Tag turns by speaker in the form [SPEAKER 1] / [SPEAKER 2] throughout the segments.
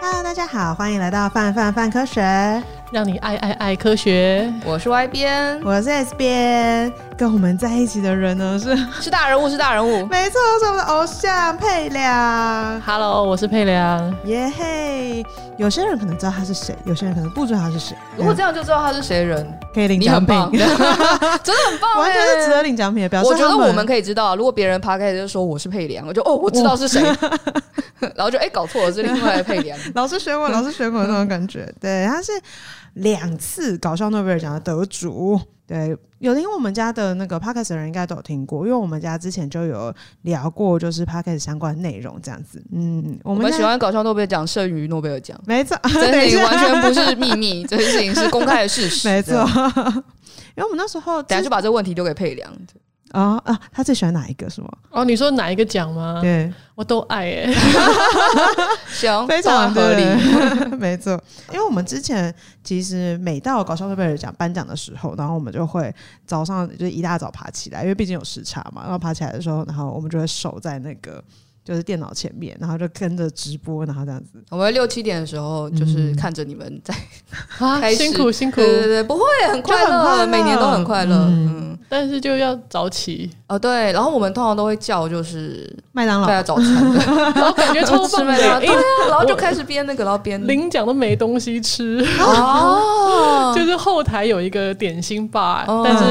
[SPEAKER 1] Hello，大家好，欢迎来到范范范科学，
[SPEAKER 2] 让你爱爱爱科学。
[SPEAKER 3] 我是 Y 边，
[SPEAKER 1] 我是 S 边，跟我们在一起的人呢是，。
[SPEAKER 3] 是大人物，是大人物
[SPEAKER 1] 没错，是我们的偶像佩良。
[SPEAKER 2] Hello，我是佩良。
[SPEAKER 1] 耶嘿！有些人可能知道他是谁，有些人可能不知道他是谁。
[SPEAKER 3] 如果
[SPEAKER 1] 嗯
[SPEAKER 3] 这样就知道他是谁的人，
[SPEAKER 1] 可以领
[SPEAKER 3] 你
[SPEAKER 1] 奖
[SPEAKER 3] 很
[SPEAKER 1] 品，
[SPEAKER 3] 棒，真的很 棒
[SPEAKER 1] 完全是值
[SPEAKER 3] 哎。
[SPEAKER 1] 得领奖品的表示。
[SPEAKER 3] 我觉得我们
[SPEAKER 1] 以，
[SPEAKER 3] 可以知道，如果别人趴开就说我是配良，我就哦我知道 是谁，然后就哎、搞错了是另外的配良，
[SPEAKER 1] 老师选我，老师 选我那种感觉。对，他是两次搞笑诺贝尔奖的得主。对，有听我们家的那个 podcast 的人应该都有听过，因为我们家之前就有聊过，就是 podcast 相关的内容这样子。嗯，我
[SPEAKER 3] 我
[SPEAKER 1] 们
[SPEAKER 3] 们
[SPEAKER 1] 家
[SPEAKER 3] 喜，欢搞笑诺贝尔奖胜于诺贝 尔奖，
[SPEAKER 1] 没错，
[SPEAKER 3] 这
[SPEAKER 1] 等
[SPEAKER 3] 件
[SPEAKER 1] 一
[SPEAKER 3] 事情
[SPEAKER 2] 啊
[SPEAKER 1] 下
[SPEAKER 3] 完全不是秘密， 这件事情是公开的事实。
[SPEAKER 1] 没错
[SPEAKER 3] 这样，
[SPEAKER 1] 因为我们那时候
[SPEAKER 3] 等下
[SPEAKER 1] 之
[SPEAKER 3] 就把这个问题丢给佩良。
[SPEAKER 1] 啊啊，他最喜欢哪一个是吗？
[SPEAKER 2] 哦，你说哪一个奖
[SPEAKER 3] 嗯
[SPEAKER 2] 吗？
[SPEAKER 1] 对，
[SPEAKER 2] 我都爱哎、
[SPEAKER 3] 行，
[SPEAKER 1] 非
[SPEAKER 3] 当
[SPEAKER 1] 常
[SPEAKER 3] 然哦合理。
[SPEAKER 1] 理， 没错。因为我们之前其实每到搞笑诺贝尔奖颁奖的时候，然后我们就会早上就是一大早爬起来，因为毕竟有时差嘛。然后爬起来的时候，然后我们就会守在那个就是电脑前面，然后就跟着直播，然后这样子。
[SPEAKER 3] 我们六七点的时候就是看着你们在，
[SPEAKER 2] 啊，
[SPEAKER 3] 开始呃
[SPEAKER 2] 辛苦辛苦
[SPEAKER 3] 对，对对，不会很快
[SPEAKER 1] 就很快乐
[SPEAKER 3] 乐，每年都很快乐。嗯，
[SPEAKER 2] 但是就要早起，
[SPEAKER 3] 哦，对，然后我们通常都会叫就是
[SPEAKER 1] 麦当
[SPEAKER 3] 大
[SPEAKER 1] 劳
[SPEAKER 3] 家早餐，对
[SPEAKER 2] 然后感觉超
[SPEAKER 3] 吃
[SPEAKER 2] 棒
[SPEAKER 3] 麦当劳，
[SPEAKER 2] 的，欸
[SPEAKER 3] 对
[SPEAKER 2] 因为
[SPEAKER 3] 啊，然后就
[SPEAKER 2] 我
[SPEAKER 3] 开始编那个，然后编
[SPEAKER 2] 领奖都没东西吃，
[SPEAKER 3] 哦，
[SPEAKER 2] 就是后台有一个点心吧，
[SPEAKER 3] 哦
[SPEAKER 2] 但是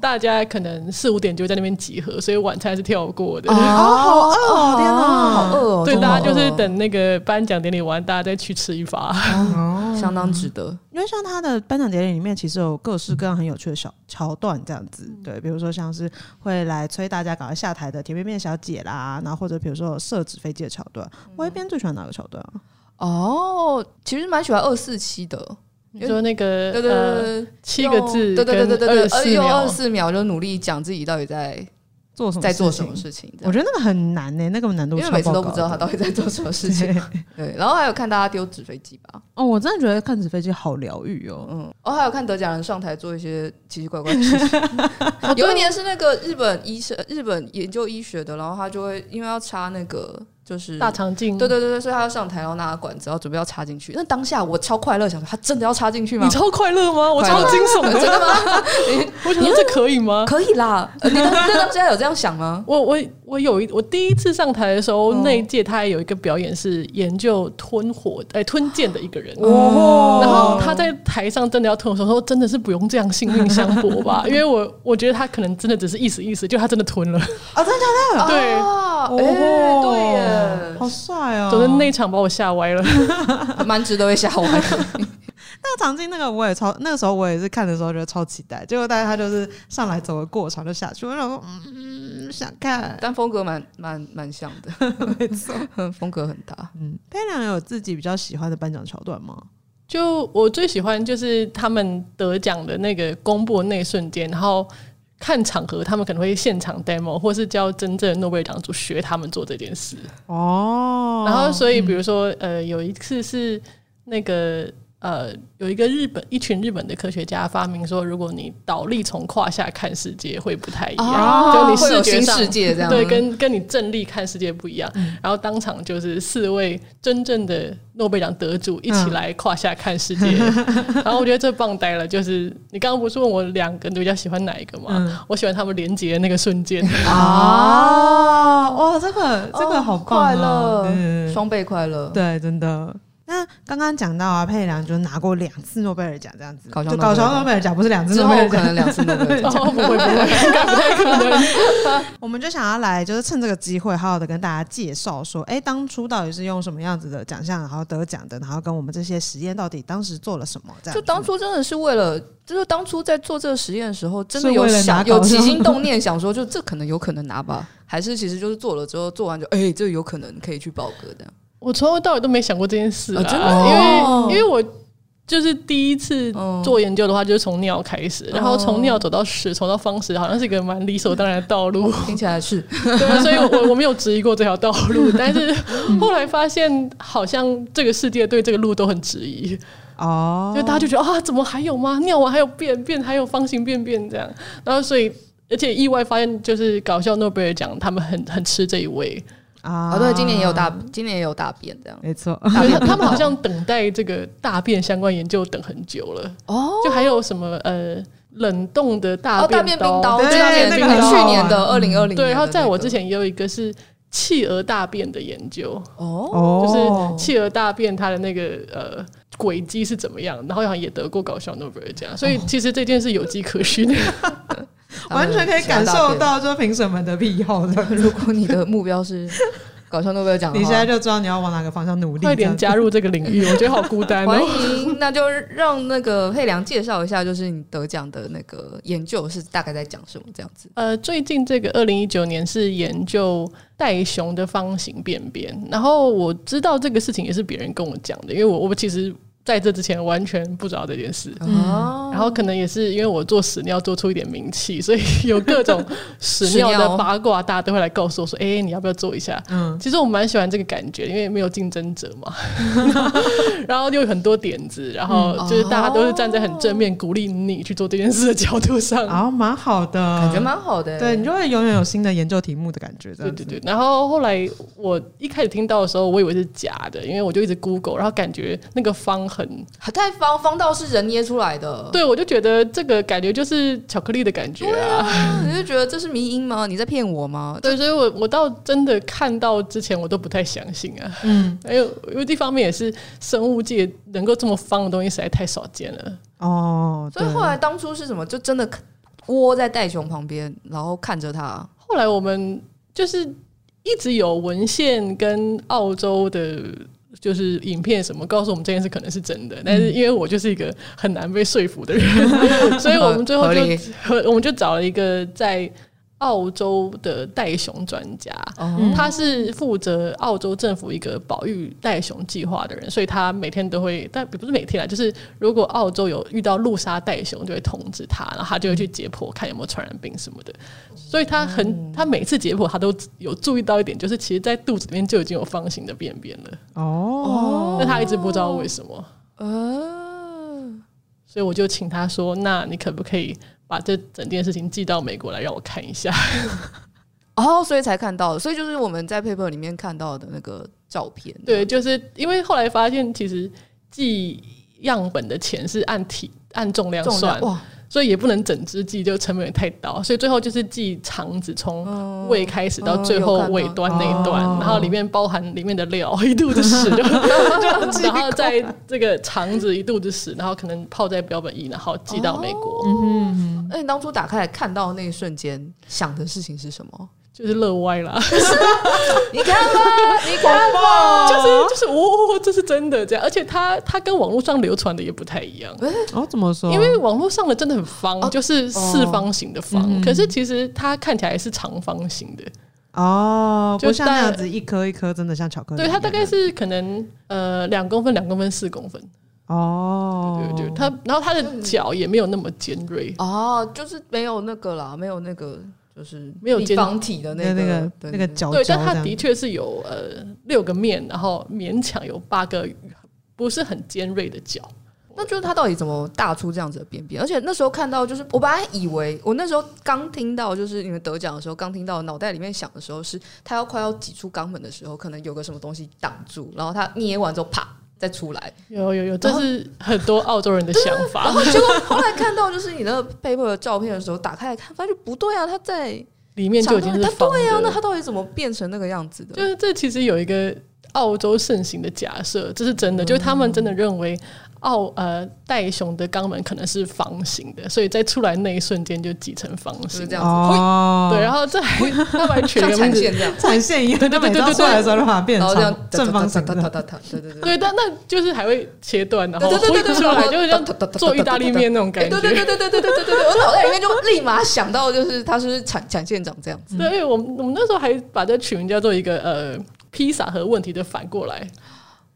[SPEAKER 2] 大家可能四五点就在那边集合，所以晚餐是跳过 的。
[SPEAKER 1] 哦好饿哦
[SPEAKER 3] 哦
[SPEAKER 1] 天哪
[SPEAKER 3] 好饿哦，
[SPEAKER 2] 所以
[SPEAKER 3] 真的
[SPEAKER 2] 大
[SPEAKER 3] 好
[SPEAKER 2] 家就是
[SPEAKER 3] 饿，
[SPEAKER 2] 等那个颁奖典礼完，大家再去吃一发。
[SPEAKER 3] 嗯
[SPEAKER 1] 哦
[SPEAKER 3] 相当值得。
[SPEAKER 1] 因为像他的颁奖典礼里面，其实有各式各样很有趣的小桥段，这样子，
[SPEAKER 3] 嗯
[SPEAKER 1] 对，比如说像是会来催大家赶快下台的甜面面小姐啦，然后或者比如说有设置飞机的桥段，
[SPEAKER 3] 嗯
[SPEAKER 1] 我一边最喜欢哪个桥段啊？
[SPEAKER 3] 哦，其实蛮喜欢二四七的，
[SPEAKER 2] 你说那个
[SPEAKER 3] 对对对
[SPEAKER 2] 呃
[SPEAKER 3] 对
[SPEAKER 2] 七个字，
[SPEAKER 3] 对对对对哎对，
[SPEAKER 2] 四
[SPEAKER 3] 用二
[SPEAKER 2] 秒
[SPEAKER 3] 十，四秒就努力讲自己到底在
[SPEAKER 1] 做什么？
[SPEAKER 3] 在做什么？事情，这
[SPEAKER 1] 我
[SPEAKER 3] 样
[SPEAKER 1] 觉得那个很难呢、那个难度
[SPEAKER 3] 因
[SPEAKER 1] 超
[SPEAKER 3] 为每次都
[SPEAKER 1] 爆
[SPEAKER 3] 不
[SPEAKER 1] 高
[SPEAKER 3] 知道他到
[SPEAKER 1] 的
[SPEAKER 3] 底在做什么 事情。对，然后还有看大家丢纸飞机吧，
[SPEAKER 1] 哦，我真的觉得看纸飞机好疗愈哦。
[SPEAKER 3] 嗯，哦，还有看得奖人上台做一些奇奇怪怪的事情。 有一年是那个日本医生，日本研究医学的，然后他就会因为要插那个就是
[SPEAKER 2] 大肠镜，
[SPEAKER 3] 对对对对，所以他要上台，然后拿管子，然后准备要插进去。那当下我超快乐，想说他真的要插进去吗
[SPEAKER 2] 你？超快乐吗？我
[SPEAKER 3] 快乐
[SPEAKER 2] 超惊悚
[SPEAKER 3] 真
[SPEAKER 2] 的，
[SPEAKER 3] 的吗？
[SPEAKER 2] 我想说这可以吗？
[SPEAKER 3] 可以啦，呃你当你当家有这样想吗？
[SPEAKER 2] 我我我有一我第一次上台的时候，
[SPEAKER 3] 嗯
[SPEAKER 2] 那一届他有一个表演是研究吞火哎、吞剑的一个人，
[SPEAKER 3] 哦
[SPEAKER 2] 然后他在台上真的要吞，我说真的是不用这样性命相搏吧，因为我我觉得他可能真的只是意思意思，就他真的吞了。
[SPEAKER 1] 哦，真的假的？
[SPEAKER 2] 对
[SPEAKER 3] 啊哎、
[SPEAKER 1] 哦
[SPEAKER 3] 对
[SPEAKER 1] 好帅哦！
[SPEAKER 2] 总之那一场把我吓歪了，
[SPEAKER 3] 耶，蛮值得被吓坏。
[SPEAKER 1] 那个场景，那个我也超，那个时候我也是看的时候觉得超期待，结果但是他就是上来走个过场就下去，我想说，嗯，嗯想看。
[SPEAKER 3] 但风格蛮蛮蛮像的，没错，风格很搭。
[SPEAKER 1] 嗯，佩良有自己比较喜欢的颁奖桥段吗？
[SPEAKER 2] 就我最喜欢就是他们得奖的那个公布的那一瞬间，然后。看场合，他们可能会现场 demo，或是教真正的诺贝尔奖主学他们做这件事。
[SPEAKER 1] 哦
[SPEAKER 2] 然后，所
[SPEAKER 3] 嗯
[SPEAKER 2] 以比如说，呃，有一次是那个呃，有一个日本一群日本的科学家发明说，如果你倒立从胯下看世界会不太一样，
[SPEAKER 3] 哦
[SPEAKER 2] 就你
[SPEAKER 3] 会有
[SPEAKER 2] 视觉
[SPEAKER 3] 新
[SPEAKER 2] 上
[SPEAKER 3] 世界这样
[SPEAKER 2] 对，
[SPEAKER 3] 吗嗯
[SPEAKER 2] 跟跟你正立看世界不一样。然后当场就是四位真正的诺贝尔奖得主一起
[SPEAKER 1] 嗯
[SPEAKER 2] 来胯下看世界， 然后我觉得最棒呆了，就是你刚刚不是问我两个你比较喜欢哪一个吗？
[SPEAKER 1] 嗯
[SPEAKER 2] 我喜欢他们连接的那个瞬 间。
[SPEAKER 1] 啊，哇，这个这个好棒、啊
[SPEAKER 3] 快乐，
[SPEAKER 1] 嗯
[SPEAKER 3] 双倍快乐。
[SPEAKER 1] 对，真的。那刚刚讲到啊，佩良就拿过两次诺贝尔奖，这样子，
[SPEAKER 3] 搞笑
[SPEAKER 1] 就
[SPEAKER 3] 诺贝
[SPEAKER 1] 搞
[SPEAKER 3] 尔
[SPEAKER 1] 笑诺贝尔奖，不是两次
[SPEAKER 3] 之
[SPEAKER 1] 诺
[SPEAKER 3] 后
[SPEAKER 1] 贝尔
[SPEAKER 3] 可
[SPEAKER 1] 奖。
[SPEAKER 3] 能两次都没有
[SPEAKER 2] 哦，
[SPEAKER 3] 讲。
[SPEAKER 2] 不会不会，应该不太可能。
[SPEAKER 1] 我们就想要来，就是趁这个机会，好好的跟大家介绍说，哎，当初到底是用什么样子的奖项，然后得奖的，然后跟我们这些实验到底当时做了什么，这样
[SPEAKER 3] 就
[SPEAKER 1] 子
[SPEAKER 3] 当初真的是为了，就是当初在做这个实验的时候，真的
[SPEAKER 1] 是
[SPEAKER 3] 有
[SPEAKER 1] 为了拿
[SPEAKER 3] 想
[SPEAKER 1] 稿
[SPEAKER 3] 有起心动念，想说就这可能有可能拿吧，还是其实就是做了之后做完就哎、这有可能可以去报歌这样。
[SPEAKER 2] 我从头到尾都没想过这件事啊，
[SPEAKER 3] 哦真的哦
[SPEAKER 2] 因为因为我就是第一次
[SPEAKER 3] 嗯哦
[SPEAKER 2] 做研究的话，就是从尿开始，然后从尿走到屎，走到方石，好像是一个蛮理所当然的道路，
[SPEAKER 3] 听起来是
[SPEAKER 2] 对，啊所以我我没有质疑过这条道 路，但是后来发现好像这个世界对这个路都很质疑，
[SPEAKER 1] 哦，
[SPEAKER 2] 就大家就觉得啊，怎么还有吗？尿完还有便便，还有方形便便这样，然后所以。而且意外发现，就是搞笑诺贝尔奖，他们很很吃这一味，
[SPEAKER 1] 啊
[SPEAKER 3] 啊，对，今年也有大，今年也有大便这 样。
[SPEAKER 1] 没错，
[SPEAKER 2] 因为他他们好像等待这个大便相关研究等很久了，
[SPEAKER 3] 哦
[SPEAKER 2] 就还有什么呃冷冻的大
[SPEAKER 3] 哦，大
[SPEAKER 2] 啊便
[SPEAKER 3] 便冰刀，
[SPEAKER 1] 对
[SPEAKER 3] 这两年
[SPEAKER 1] 那
[SPEAKER 3] 冰
[SPEAKER 1] 个
[SPEAKER 3] 刀
[SPEAKER 1] 很
[SPEAKER 3] 去
[SPEAKER 1] 好
[SPEAKER 3] 年的
[SPEAKER 1] 玩
[SPEAKER 3] 二零二零，
[SPEAKER 2] 对，然后在我之前也有一个是企鹅大便的研究，
[SPEAKER 3] 哦，
[SPEAKER 1] 哦
[SPEAKER 2] 就是，企鹅大便它的那个呃轨迹是怎么样，然后好像也得过搞笑诺贝尔奖，所以其实这件事有迹可循的。
[SPEAKER 3] 哦
[SPEAKER 1] 完全可以感受。到，就评审们的癖好的。
[SPEAKER 3] 如果你的目标是搞笑诺贝尔奖的
[SPEAKER 1] 你
[SPEAKER 3] 话，
[SPEAKER 1] 现在就知道你要往哪个方向努力。
[SPEAKER 2] 快点
[SPEAKER 1] 这
[SPEAKER 2] 加
[SPEAKER 1] 样子，
[SPEAKER 2] 入这个领域，我觉得好孤单
[SPEAKER 3] 欢
[SPEAKER 2] 哦。
[SPEAKER 3] 迎，那就让那个佩良介绍一下，就是你得奖的那个研究是大概在讲什么这样子。
[SPEAKER 2] 呃，最近这个二零一九年是研究袋熊的方形便便，然后我知道这个事情也是别人跟我讲的，因为我我其实在这之前完全不知道这件事。
[SPEAKER 3] 哦，
[SPEAKER 2] 然后可能也是因为我做屎尿做出一点名气，所以有各种屎尿
[SPEAKER 3] 屎尿
[SPEAKER 2] 的八卦，大家都会来告诉我说：“哎、你要不要做一下？”
[SPEAKER 1] 嗯，
[SPEAKER 2] 其实我蛮喜欢这个感觉，因为没有竞争者嘛，然后 又有很多点子，然后就是大家都是站在很正面鼓励你去做这件事的角度上。
[SPEAKER 1] 然后蛮嗯好的，
[SPEAKER 3] 感觉蛮好的欸。
[SPEAKER 1] 对，你就会永远有新的研究题目的感觉。这
[SPEAKER 2] 对
[SPEAKER 1] 样
[SPEAKER 2] 对
[SPEAKER 1] 子，
[SPEAKER 2] 对，然后后来我一开始听到的时候，我以为是假的，因为我就一直 Google，然后感觉那个方很，
[SPEAKER 3] 太方方道是人捏出来
[SPEAKER 1] 哦
[SPEAKER 3] 的，
[SPEAKER 2] 对我就觉得这个感觉就是巧克力的感觉啊，
[SPEAKER 3] 啊，你就觉得这是迷因吗？你在骗我吗？
[SPEAKER 2] 对，所以我我到真的看到之前，我都不太相信啊。嗯，还有因为一方面也是生物界能够这么方的东西实在太少见了。
[SPEAKER 1] 哦，
[SPEAKER 3] 所以
[SPEAKER 1] 对
[SPEAKER 3] 后来当初是什么？就真的窝在袋熊旁边，然后看着它。
[SPEAKER 2] 后来我们就是一直有文献跟澳洲的。就是影片什么告诉我们这件事可能是真的，但是因为我就是一个很难被说服的人， 所以我们最后
[SPEAKER 3] 合
[SPEAKER 2] 就
[SPEAKER 3] 理
[SPEAKER 2] 和我们就找了一个在澳洲的袋熊专家，
[SPEAKER 3] 哦
[SPEAKER 2] 他是负责澳洲政府一个保育袋熊计划的人，所以他每天都会，但不是每天啊，就是如果澳洲有遇到路杀袋熊，就会通知他，然后他就会去解剖，看有没有传染病什么的。所以他很，他每次解剖他都有注意到一点，就是其实，在肚子里面就已经有方形的便便了，
[SPEAKER 1] 哦，
[SPEAKER 2] 但他一直不知道为什么，
[SPEAKER 3] 呃，
[SPEAKER 2] 所以我就请他说，那你可不可以把这整件事情寄到美国来让我看一下？
[SPEAKER 3] 哦，所以才看到的，所以就是我们在 paper 里面看到的那个照片。
[SPEAKER 2] 对，就是因为后来发现，其实寄样本的钱是按体按重量
[SPEAKER 3] 重
[SPEAKER 2] 算
[SPEAKER 3] 量，哇，
[SPEAKER 2] 所以也不能整只寄，就成本也太高，所以最后就是寄肠子从胃开始到最后尾端那一段，
[SPEAKER 1] 哦哦有看到
[SPEAKER 2] 然后里面包含里面的料，一肚 子屎就，然后在这个肠子一肚子屎，然后可能泡在标本液，然后寄到美国，
[SPEAKER 1] 哦
[SPEAKER 3] 那你当初打开来看到那一瞬间想的事情是什么？
[SPEAKER 2] 就是乐歪啦，
[SPEAKER 3] 你看吧，你看 吧，
[SPEAKER 2] 就是就是哦，这是真的这样，而且它它跟网络上流传的也不太一样。
[SPEAKER 1] 哦，怎么说？
[SPEAKER 2] 因为网络上的真的很方，
[SPEAKER 3] 哦
[SPEAKER 2] 就是四方形的方，
[SPEAKER 1] 嗯
[SPEAKER 2] 可是其实它看起来是长方形的，
[SPEAKER 1] 哦，
[SPEAKER 2] 就
[SPEAKER 1] 不像
[SPEAKER 2] 大
[SPEAKER 1] 那样子一颗一颗，真的像巧克力一
[SPEAKER 2] 对，
[SPEAKER 1] 样。
[SPEAKER 2] 它大概是可能呃两公分、两公分、四公分，
[SPEAKER 1] 哦，
[SPEAKER 2] 对对对，它然后它的脚也没有那么尖锐，
[SPEAKER 3] 哦，就是没有那个啦，没有那个，就是
[SPEAKER 2] 没有
[SPEAKER 3] 立
[SPEAKER 2] 尖
[SPEAKER 3] 方体的
[SPEAKER 1] 那
[SPEAKER 3] 个
[SPEAKER 1] 那个
[SPEAKER 3] 对
[SPEAKER 1] 那个
[SPEAKER 3] 对
[SPEAKER 1] 角
[SPEAKER 2] 对，
[SPEAKER 1] 角这
[SPEAKER 2] 但它
[SPEAKER 1] 样
[SPEAKER 2] 的确是有呃六个面，然后勉强有八个不是很尖锐的角，
[SPEAKER 3] 那就是他到底怎么大出这样子的便便？而且那时候看到，就是我本来以为我那时候刚听到，就是你们得奖的时候刚听到，脑袋里面想的时候是他要快要挤出肛门的时候，可能有个什么东西挡住，然后他捏完之后啪再出来。
[SPEAKER 2] 有有有，这是很多澳洲人的想
[SPEAKER 3] 然
[SPEAKER 2] 法，
[SPEAKER 3] 后结果后来看到就是你那个 paper 的照片的时候，打开来看，发现不对啊，他在
[SPEAKER 2] 里面就已经是
[SPEAKER 3] 他
[SPEAKER 2] 方
[SPEAKER 3] 对啊，
[SPEAKER 2] 的
[SPEAKER 3] 那他到底怎么变成那个样子的？
[SPEAKER 2] 就是这其实有一个澳洲盛行的假设，这是真的，就是他们真的认为澳呃袋熊的肛门可能是方形的，所以在出来那一瞬间就挤成方
[SPEAKER 3] 就是
[SPEAKER 2] 形
[SPEAKER 3] 这。样子，
[SPEAKER 1] 哦，
[SPEAKER 2] 对，然后这还他们还取了
[SPEAKER 3] 像
[SPEAKER 2] 一个名
[SPEAKER 3] 产
[SPEAKER 2] 字
[SPEAKER 3] 线，这样，
[SPEAKER 1] 产线一样，
[SPEAKER 2] 对对对
[SPEAKER 1] 每
[SPEAKER 2] 对
[SPEAKER 1] 张
[SPEAKER 2] 对
[SPEAKER 1] 出来的时候就把它变
[SPEAKER 3] 然后这样
[SPEAKER 1] 成正方形
[SPEAKER 3] 哒
[SPEAKER 1] 的。
[SPEAKER 3] 哒哒哒哒，对对对。
[SPEAKER 2] 对，但那就是还会切断，然后
[SPEAKER 3] 对对对
[SPEAKER 2] 挥
[SPEAKER 3] 对对
[SPEAKER 2] 出来，就是像做意大利面那种
[SPEAKER 3] 哎
[SPEAKER 2] 感
[SPEAKER 3] 对对
[SPEAKER 2] 觉。
[SPEAKER 3] 对对对对对对对对，我脑袋里面就立马想到，就是他是不是产产线长这样子。
[SPEAKER 2] 对，因为我们我们那时候还把这取名叫做一个呃披萨盒问题的反过来。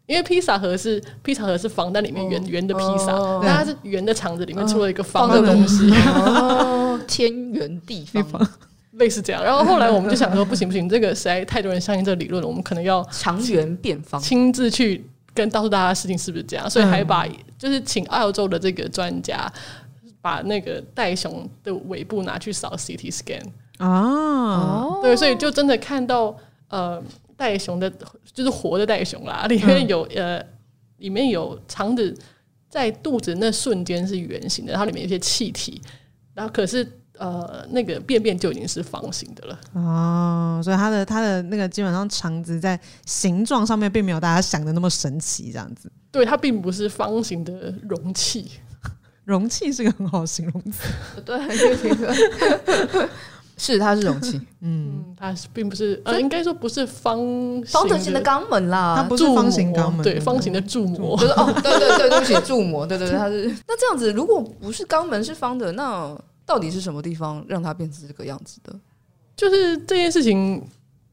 [SPEAKER 2] 因为披萨盒是披萨盒是方，但里面圆圆的披萨，
[SPEAKER 3] 哦
[SPEAKER 2] 但它是圆的肠子里面出了一个方
[SPEAKER 3] 放
[SPEAKER 2] 的
[SPEAKER 3] 的
[SPEAKER 2] 东西，
[SPEAKER 3] 哦，天圆地方，
[SPEAKER 2] 类似这样。然后后来我们就想说，不行不行，这个实在太多人相信这个理论了，我们可能要
[SPEAKER 3] 长圆变方。
[SPEAKER 2] 亲自去跟告诉大家事情是不是这样，所以还把、就是请澳洲的这个专家。把那个袋熊的尾部拿去扫 CT scan，、
[SPEAKER 1] 啊，
[SPEAKER 3] 哦，
[SPEAKER 2] 对，所以就真的看到呃袋熊的，就是活的袋熊啦，里面有、呃，里面有肠子在肚子那瞬间是圆形的，然后里面有一些气体，然后可是呃那个便便就已经是方形的了。
[SPEAKER 1] 哦，所以它的它的那个基本上肠子在形状上面并没有大家想的那么神奇，这样子。
[SPEAKER 2] 对，它并不是方形的容器。
[SPEAKER 1] 容器是个很好形容词，
[SPEAKER 3] 对，这个是它是容器，
[SPEAKER 1] 嗯，
[SPEAKER 2] 嗯，它是并不是呃，应该说不是方
[SPEAKER 3] 方程型的肛门啦，
[SPEAKER 1] 它不是
[SPEAKER 2] 注
[SPEAKER 1] 方形
[SPEAKER 2] 模
[SPEAKER 1] 肛门，
[SPEAKER 2] 对，方形的注膜
[SPEAKER 3] 就。是哦，对对对，对不起，注膜，对对对，它是。那这样子，如果不是肛门是方的，那到底是什么地方让它变成这个样子的？
[SPEAKER 2] 就是这件事情，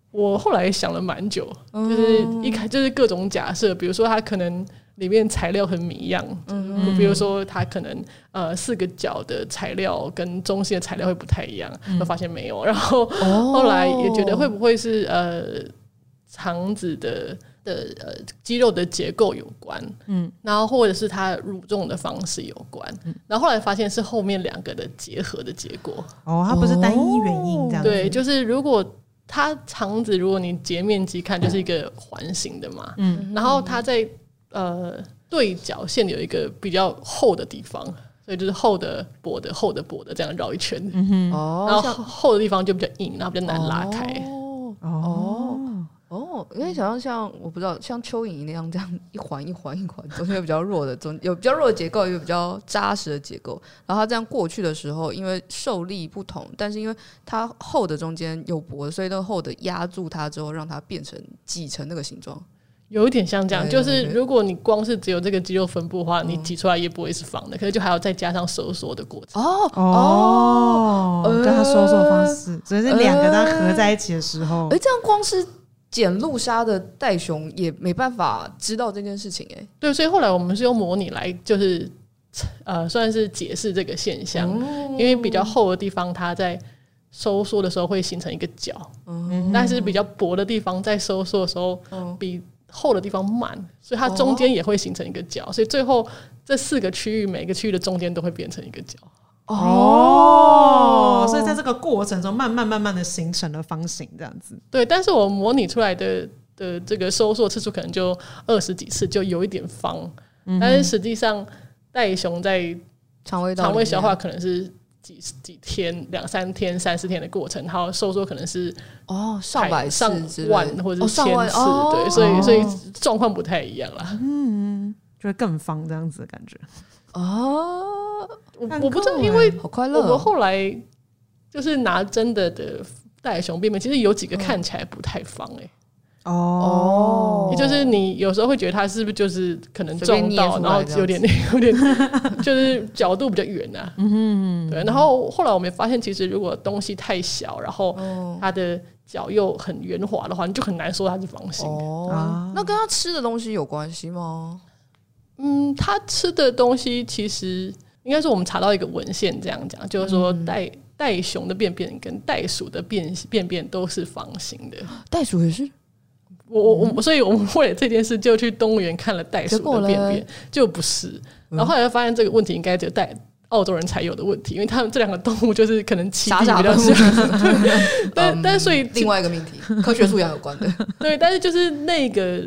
[SPEAKER 2] 我后来想了蛮久，
[SPEAKER 1] 嗯
[SPEAKER 2] 就是一开就是各种假设，比如说它可能里面材料很迷样，嗯，比如说它可能呃四个角的材料跟中性的材料会不太一样，
[SPEAKER 1] 嗯
[SPEAKER 2] 我发现没有，然后
[SPEAKER 3] 哦
[SPEAKER 2] 后来也觉得会不会是呃肠子的的呃肌肉的结构有关，嗯，然后或者是它蠕动的方式有关，然后后来发现是后面两个的结合的结果，
[SPEAKER 1] 哦，它不是单一原因这样子，
[SPEAKER 2] 对，就是如果它肠子，如果你截面积看，就是一个环形的嘛，
[SPEAKER 1] 嗯
[SPEAKER 2] 嗯，然后它在呃对角线有一个比较厚的地方，所以就是厚的、薄的、厚的、薄的这样绕一圈，然
[SPEAKER 3] 哦，
[SPEAKER 2] 后厚的地方就比较硬，然后比较难拉开。
[SPEAKER 3] 哦
[SPEAKER 1] 哦，
[SPEAKER 3] 哦，因为想象像我不知道像蚯蚓那样这样一环一环一环，中间有比较弱的中有比较弱的结构，有比较扎实的结构。然后它这样过去的时候，因为受力不同，但是因为它厚的中间有薄的，所以那个厚的压住它之后，让它变成挤成那个形状。
[SPEAKER 2] 有一点嗯像这样，
[SPEAKER 3] 对
[SPEAKER 2] 就是
[SPEAKER 3] 对
[SPEAKER 2] 如果你光是只有这个肌肉分布的话，你挤出来也不会是方的，可是就还要再加上收缩的过程。
[SPEAKER 3] 哦
[SPEAKER 1] 哦，呃
[SPEAKER 3] 呃
[SPEAKER 1] 跟它收缩的方式，所以是两个它合在一起的时候
[SPEAKER 3] 哎、，这样光是捡路杀的袋熊也没办法知道这件事情哎、
[SPEAKER 2] 对，所以后来我们是用模拟来，就是呃，算是解释这个现象，因为比较厚的地方它在收缩的时候会形成一个角，但是比较薄的地方在收缩的时候比厚的地方慢，所以它中间也会形成一个角，所以最后这四个区域每个区域的中间都会变成一个角。
[SPEAKER 1] 哦，所以在这个过程中慢慢慢慢的形成了方形这样子，
[SPEAKER 2] 对，但是我模拟出来的的这个收缩次数可能就二十几次，就有一点方，
[SPEAKER 3] 嗯
[SPEAKER 2] 但是实际上袋熊在
[SPEAKER 3] 肠胃道啊
[SPEAKER 2] 肠胃
[SPEAKER 3] 里面
[SPEAKER 2] 消化可能是几几天、两三天、三四天的过程，然后收缩可能是
[SPEAKER 3] 哦，上百次
[SPEAKER 2] 上
[SPEAKER 3] 之类的
[SPEAKER 2] 万或者
[SPEAKER 3] 哦
[SPEAKER 2] 是千
[SPEAKER 3] 上万
[SPEAKER 2] 次，
[SPEAKER 3] 哦、嗯
[SPEAKER 2] 对，所以
[SPEAKER 1] 哦
[SPEAKER 2] 所以状况不太一样啦。
[SPEAKER 1] 就会更方这样子的感觉。
[SPEAKER 3] 哦，
[SPEAKER 2] 我
[SPEAKER 1] 很
[SPEAKER 2] 我不知道，
[SPEAKER 1] 酷欸
[SPEAKER 2] 因为
[SPEAKER 3] 好快乐
[SPEAKER 2] 我们
[SPEAKER 3] 哦、
[SPEAKER 2] 后来就是拿真的的袋熊便便，其实有
[SPEAKER 3] 嗯
[SPEAKER 2] 几个看起来不太方哎、
[SPEAKER 1] 哦，
[SPEAKER 2] 也就是你有时候会觉得它是不是就是可能
[SPEAKER 3] 随
[SPEAKER 2] 撞
[SPEAKER 3] 便捏出来
[SPEAKER 2] 到，然后
[SPEAKER 3] 这样
[SPEAKER 2] 有点有点 就是角度比较远啊。嗯，对。然后后来我们也发现，其实如果东西太小，然后
[SPEAKER 3] 哦
[SPEAKER 2] 它的脚又很圆滑的话，你就很难说它是方形。
[SPEAKER 3] 哦，那跟他吃的东西有关系吗？
[SPEAKER 2] 嗯，它吃的东西其实应该是我们查到一个文献这样讲，就是说
[SPEAKER 3] 嗯
[SPEAKER 2] 袋袋熊的便便跟袋鼠的便便便都是方形的。
[SPEAKER 3] 袋鼠也是，
[SPEAKER 2] 我我我，所以我们为了这件事就去动物园看了袋鼠
[SPEAKER 3] 嗯结果
[SPEAKER 2] 的
[SPEAKER 3] 嘞嗯
[SPEAKER 2] 便便，就不是。然后后来发现这个问题应该只有带澳洲人才有的问题，因为他们这两个动物就是可能栖地
[SPEAKER 3] 傻傻
[SPEAKER 2] 比较
[SPEAKER 3] 的
[SPEAKER 2] 像，但但所以
[SPEAKER 3] 另外一个命题，科学素养有关的。
[SPEAKER 2] 对，但是就是那个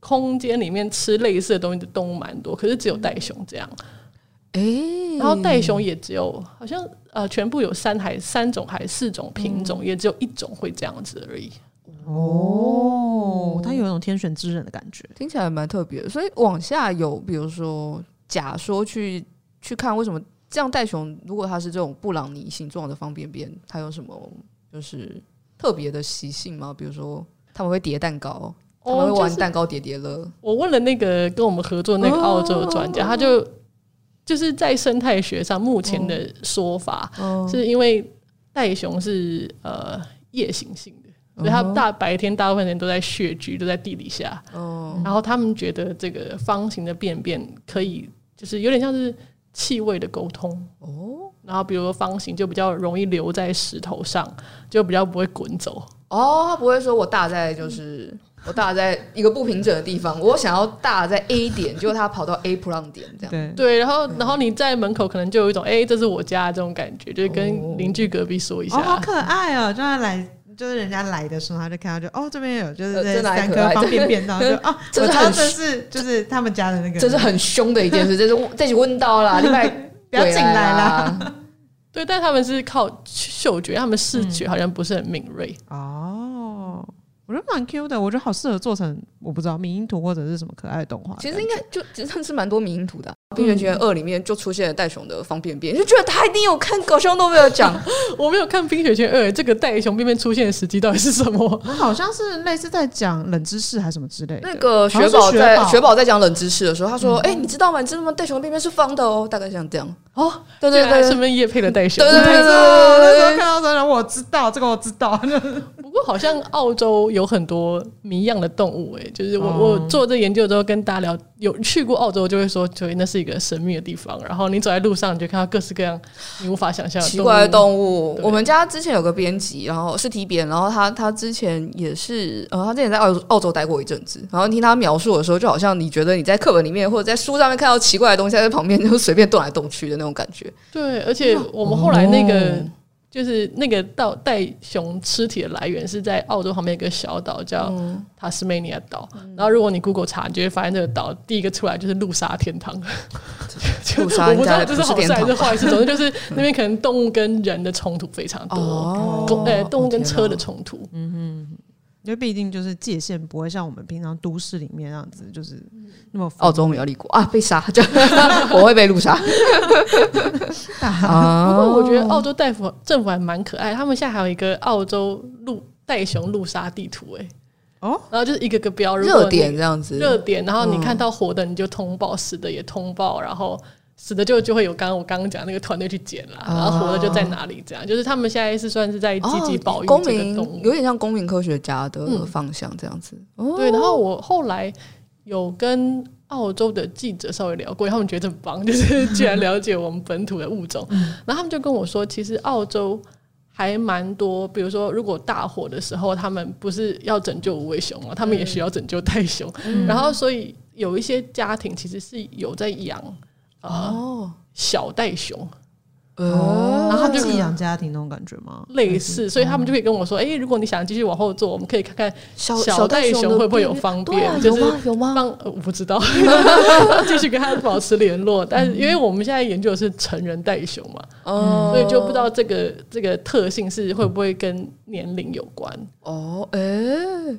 [SPEAKER 2] 空间里面吃类似的东西的动物蛮多，可是只有袋熊这样。
[SPEAKER 3] 哎、
[SPEAKER 2] 然后袋熊也只有好像呃，全部有三还三种还四种品
[SPEAKER 3] 嗯
[SPEAKER 2] 种，也只有一种会这样子而已。
[SPEAKER 1] 哦，它有一种天选之人的感觉。
[SPEAKER 3] 听起来蛮特别的，所以往下有，比如说假说去去看为什么嗯这样袋熊，如果它是这种布朗尼形状的方便面，它有什么就是特别的习性吗？比如说他们会叠蛋糕，他
[SPEAKER 1] 哦
[SPEAKER 3] 们会
[SPEAKER 2] 就
[SPEAKER 3] 玩
[SPEAKER 2] 是
[SPEAKER 3] 蛋糕叠叠乐，
[SPEAKER 2] 我问了那个跟我们合作那个澳洲的专家，他就就是在生态学上目前的说法，是因为袋熊是呃夜行性的，所以它大白天大部分人都在穴居，都在地底下。然后他们觉得这个方形的便便可以，就是有点像是气味的沟通哦。然后比如说方形就比较容易留在石头上，就比较不会滚走。
[SPEAKER 3] 哦，他不会说我大在就是
[SPEAKER 1] 嗯
[SPEAKER 3] 我大在一个不平整的地方，我想要大在 A 点，结果它跑到 A 普浪点 这样。
[SPEAKER 1] 对，
[SPEAKER 2] 对，然后然后你在门口可能就
[SPEAKER 3] 哦
[SPEAKER 2] 有一种哎、这是我家这种感觉，就是跟邻居隔壁说一下。
[SPEAKER 1] 哦，好可爱哦，就要来就是人家来的时候，他就看到就哦，这边有就是
[SPEAKER 3] 呃
[SPEAKER 1] 这
[SPEAKER 3] 真的还
[SPEAKER 1] 三
[SPEAKER 3] 可
[SPEAKER 1] 颗
[SPEAKER 3] 爱
[SPEAKER 1] 方便便当， 就哦，
[SPEAKER 3] 真
[SPEAKER 1] 我知
[SPEAKER 3] 的
[SPEAKER 1] 道
[SPEAKER 3] 很
[SPEAKER 1] 这是就是他们家的那个，
[SPEAKER 3] 这是很凶的一件事，这是这起问到啦，另外
[SPEAKER 1] 不要进来啦。
[SPEAKER 3] 啦，
[SPEAKER 2] 对，但他们是靠嗅觉，他们视
[SPEAKER 3] 嗯
[SPEAKER 2] 觉好像不是很敏锐。
[SPEAKER 1] 哦，我觉得蛮 Q 的，我觉得好适合做成我不知道迷因图或者是什么可爱的动画。
[SPEAKER 3] 其实应该就其实真的是蛮多迷因图的、啊，《冰雪奇缘
[SPEAKER 1] 嗯
[SPEAKER 3] 二》里面就出现了袋熊的方便便，就觉得他一定有看搞笑诺贝尔 奖，
[SPEAKER 2] 我没有看《冰雪奇缘二》，这个袋熊便便出现的时机到底是什 么？
[SPEAKER 1] 我好像是类似在讲冷知识还是什么之类的。
[SPEAKER 3] 那个
[SPEAKER 1] 好像
[SPEAKER 3] 雪
[SPEAKER 1] 是
[SPEAKER 3] 宝
[SPEAKER 1] 雪
[SPEAKER 3] 在
[SPEAKER 1] 宝嗯
[SPEAKER 3] 雪宝在讲冷知识的时候，他说：“哎、你知道吗？你知道吗？袋熊的便便是方的哦。”大概像这样。
[SPEAKER 2] 哦，
[SPEAKER 3] 对对对
[SPEAKER 2] 顺便夜配的袋熊。
[SPEAKER 3] 对对
[SPEAKER 1] 没
[SPEAKER 3] 对
[SPEAKER 1] 错，那时候看到真的，我知道这个，我知道。
[SPEAKER 2] 不过好像澳洲有很多谜样的动物、欸，就是我、
[SPEAKER 1] 哦
[SPEAKER 2] 我做这研究之后跟大家聊，有去过澳洲就会说，对，那是一个神秘的地方。然后你走在路上，你就看到各式各样你无法想象的
[SPEAKER 3] 奇怪的
[SPEAKER 2] 动物。
[SPEAKER 3] 动物。
[SPEAKER 2] 对
[SPEAKER 3] 我们家之前有个编辑，然后是提编，然后他他之前也是，呃，他之前在澳澳洲待过一阵子，然后听他描述的时候，就好像你觉得你在课本里面或者在书上面看到奇怪的东西，他在旁边就随便动来动去的那种感觉。
[SPEAKER 2] 对，而且我们后来那个、
[SPEAKER 3] 哦
[SPEAKER 2] 就是那个到袋熊尸体的来源是在澳洲旁边有一个小岛叫
[SPEAKER 3] 嗯，
[SPEAKER 2] 塔斯梅尼亚岛。然后如果你 Google 查，你就会发现这个岛第一个出来就是路杀天 堂。
[SPEAKER 3] 屠杀
[SPEAKER 2] 我
[SPEAKER 3] 人
[SPEAKER 2] 不知道
[SPEAKER 3] 家的
[SPEAKER 2] 这
[SPEAKER 3] 不
[SPEAKER 2] 是
[SPEAKER 3] 是
[SPEAKER 2] 好
[SPEAKER 3] 殿
[SPEAKER 2] 事还
[SPEAKER 3] 堂
[SPEAKER 2] 是。坏 事，总之就是那边可能动物跟人的冲突非常多。
[SPEAKER 3] 哦
[SPEAKER 2] 动呃动物跟车的冲突，
[SPEAKER 1] 因为毕竟就是界限不会像我们平常都市里面那样子，就是那么
[SPEAKER 3] 澳洲没有立国啊，被杀，就 我会被路杀
[SPEAKER 1] 大。
[SPEAKER 2] 不
[SPEAKER 3] 啊
[SPEAKER 2] 过我觉得澳洲大夫政府还蛮可爱，他们现在还有一个澳洲路袋熊路杀地图、欸，
[SPEAKER 1] 哦，
[SPEAKER 2] 然后就是一个个标，如果你
[SPEAKER 3] 热点这样子，
[SPEAKER 2] 热点，然后你看到活的你就通报，死的也通报，然后死的就就会有刚刚我刚刚讲那个团队去捡啦，
[SPEAKER 3] 哦
[SPEAKER 2] 然后活的就在哪里，这样就是他们现在是算是在积极保育
[SPEAKER 3] 哦公
[SPEAKER 2] 这个
[SPEAKER 3] 民
[SPEAKER 2] 动物，
[SPEAKER 3] 有点像公民科学家的
[SPEAKER 2] 嗯
[SPEAKER 3] 方向这样子。哦
[SPEAKER 2] 对，然后我后来有跟澳洲的记者稍微聊过，他们觉得很棒， 就是居然了解我们本土的物种。
[SPEAKER 3] 嗯
[SPEAKER 2] 然后他们就跟我说，其实澳洲还蛮多，比如说如果大火的时候，他们不是要拯救无尾熊嘛，他们也
[SPEAKER 3] 嗯
[SPEAKER 2] 需要拯救袋熊。然后所以有一些家庭其实是有在养呃、
[SPEAKER 3] 哦，
[SPEAKER 2] 小袋熊，
[SPEAKER 1] 然
[SPEAKER 3] 呃，
[SPEAKER 1] 后他们寄养家庭那种感觉吗？
[SPEAKER 2] 类
[SPEAKER 3] 嗯
[SPEAKER 2] 似，所以他
[SPEAKER 3] 哦
[SPEAKER 2] 们就可以跟我说，哎、如果你想继续往后做，我们可以看看
[SPEAKER 3] 小
[SPEAKER 2] 小袋熊会不会有方
[SPEAKER 3] 对啊
[SPEAKER 2] 便，就
[SPEAKER 3] 有
[SPEAKER 2] 是
[SPEAKER 3] 吗？有吗？
[SPEAKER 2] 让、呃、我不知 道，继续跟他保持联络。但是因为我们现在研究的是成人袋熊嘛，
[SPEAKER 3] 哦
[SPEAKER 2] 所以就不知道这个这个特性是会不会跟年龄有关。
[SPEAKER 3] 哦，哎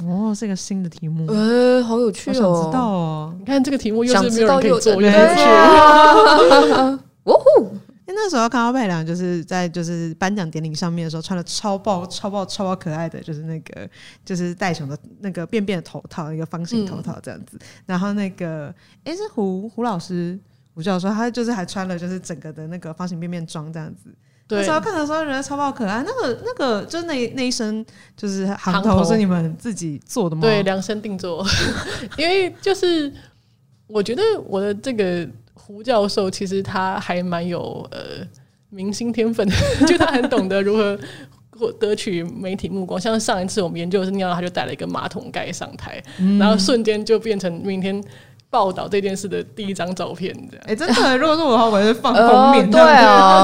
[SPEAKER 1] 哦，是一个新的题目，我
[SPEAKER 3] 哎，好有趣
[SPEAKER 1] 想
[SPEAKER 3] 哦，
[SPEAKER 1] 知道哦。
[SPEAKER 2] 你看这个题目又
[SPEAKER 3] 想
[SPEAKER 2] 是没
[SPEAKER 3] 知
[SPEAKER 2] 有人
[SPEAKER 3] 道
[SPEAKER 2] 可
[SPEAKER 3] 又
[SPEAKER 2] 以做，又
[SPEAKER 1] 没
[SPEAKER 2] 是
[SPEAKER 1] 有人
[SPEAKER 2] 去
[SPEAKER 1] 去
[SPEAKER 3] 啊哦吼，
[SPEAKER 1] 因为那时候看到佩良就是在就是颁奖典礼上面的时候，穿了超爆超爆超爆可爱的，就是那个就是袋熊的那个便便的头套，一个方形头套
[SPEAKER 2] 嗯
[SPEAKER 1] 这样子。然后那个诶，是胡胡老师胡教授，他就是还穿了就是整个的那个方形便便装这样子。那
[SPEAKER 2] 对
[SPEAKER 1] 时候看的时候觉得超爆可爱。那个那个就是那那一身就是行
[SPEAKER 2] 行
[SPEAKER 1] 头
[SPEAKER 2] 头
[SPEAKER 1] 是你们自己做的吗？
[SPEAKER 2] 对，量身定做， 因为就是我觉得我的这个胡教授其实他还蛮有呃明星天分的， 就他很懂得如何。获得取媒体目光，像上一次我们研究是尿，他就带了一个马桶盖上台，然后瞬间就变成明天报道这件事的第一张照片，这样。
[SPEAKER 1] 哎、真的，如果是我的话，我也会放
[SPEAKER 2] 呃
[SPEAKER 1] 封
[SPEAKER 3] 哦
[SPEAKER 1] 面。
[SPEAKER 3] 对 啊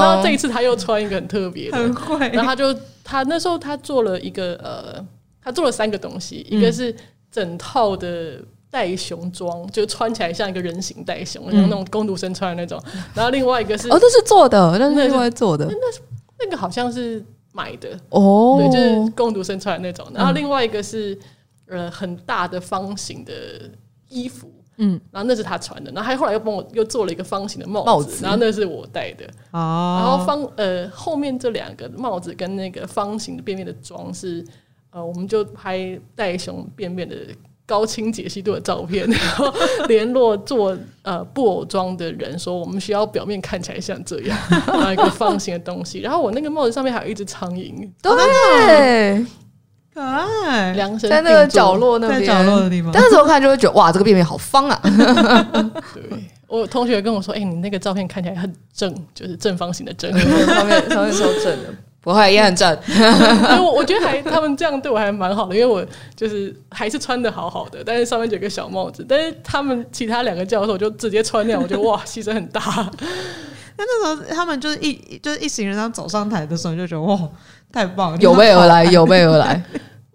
[SPEAKER 2] 然后这一次他又穿一个很特别的，
[SPEAKER 1] 很会。
[SPEAKER 2] 然后他就他那时候他做了一个呃，他做了三个东西，
[SPEAKER 3] 嗯
[SPEAKER 2] 一个是整套的袋熊装，就穿起来像一个人形袋熊，像那种工读生穿的那 种。然后另外一个是、
[SPEAKER 3] 嗯哦，这是做的，那是另外做的
[SPEAKER 2] 那个好像是买的，
[SPEAKER 3] 哦，嗯
[SPEAKER 2] 对，就是工读生穿的那种。然后另外一个是呃很大的方形的衣服。嗯，然后那是他穿的，然后他后来又帮我又做了一个方形的帽子，
[SPEAKER 3] 帽子
[SPEAKER 2] 然后那是我戴的，
[SPEAKER 1] 哦，
[SPEAKER 2] 然后方呃后面这两个帽子跟那个方形的便便的装是呃，我们就拍袋熊便便的高清解析度的照片， 然后联络做呃布偶装的人说，我们需要表面看起来像这样，然后一个方形的东西。然后我那个帽子上面还有一只苍蝇，
[SPEAKER 3] 对，
[SPEAKER 1] 可爱，
[SPEAKER 2] 量身
[SPEAKER 3] 在那个
[SPEAKER 2] 定做
[SPEAKER 3] 角，落那
[SPEAKER 1] 在
[SPEAKER 3] 边，
[SPEAKER 1] 角落的地方。
[SPEAKER 3] 但那时候看就会觉得哇，这个便便好方啊！
[SPEAKER 2] 对我同学跟我说，哎、你那个照片看起来很正，就是正方形的正。
[SPEAKER 3] 上面上面超正的，不会也很正。
[SPEAKER 2] 因为我我觉得还他们这样对我还蛮好的，因为我就是还是穿的好好的，但是上面有个小帽子，但是他们其他两个教授就直接穿那样，我觉得哇，牺牲很大。
[SPEAKER 1] 那那时候他们就是一就是一行人这样走上台的时候，你就觉得哇，太棒了，
[SPEAKER 3] 有备而来，有备 而来。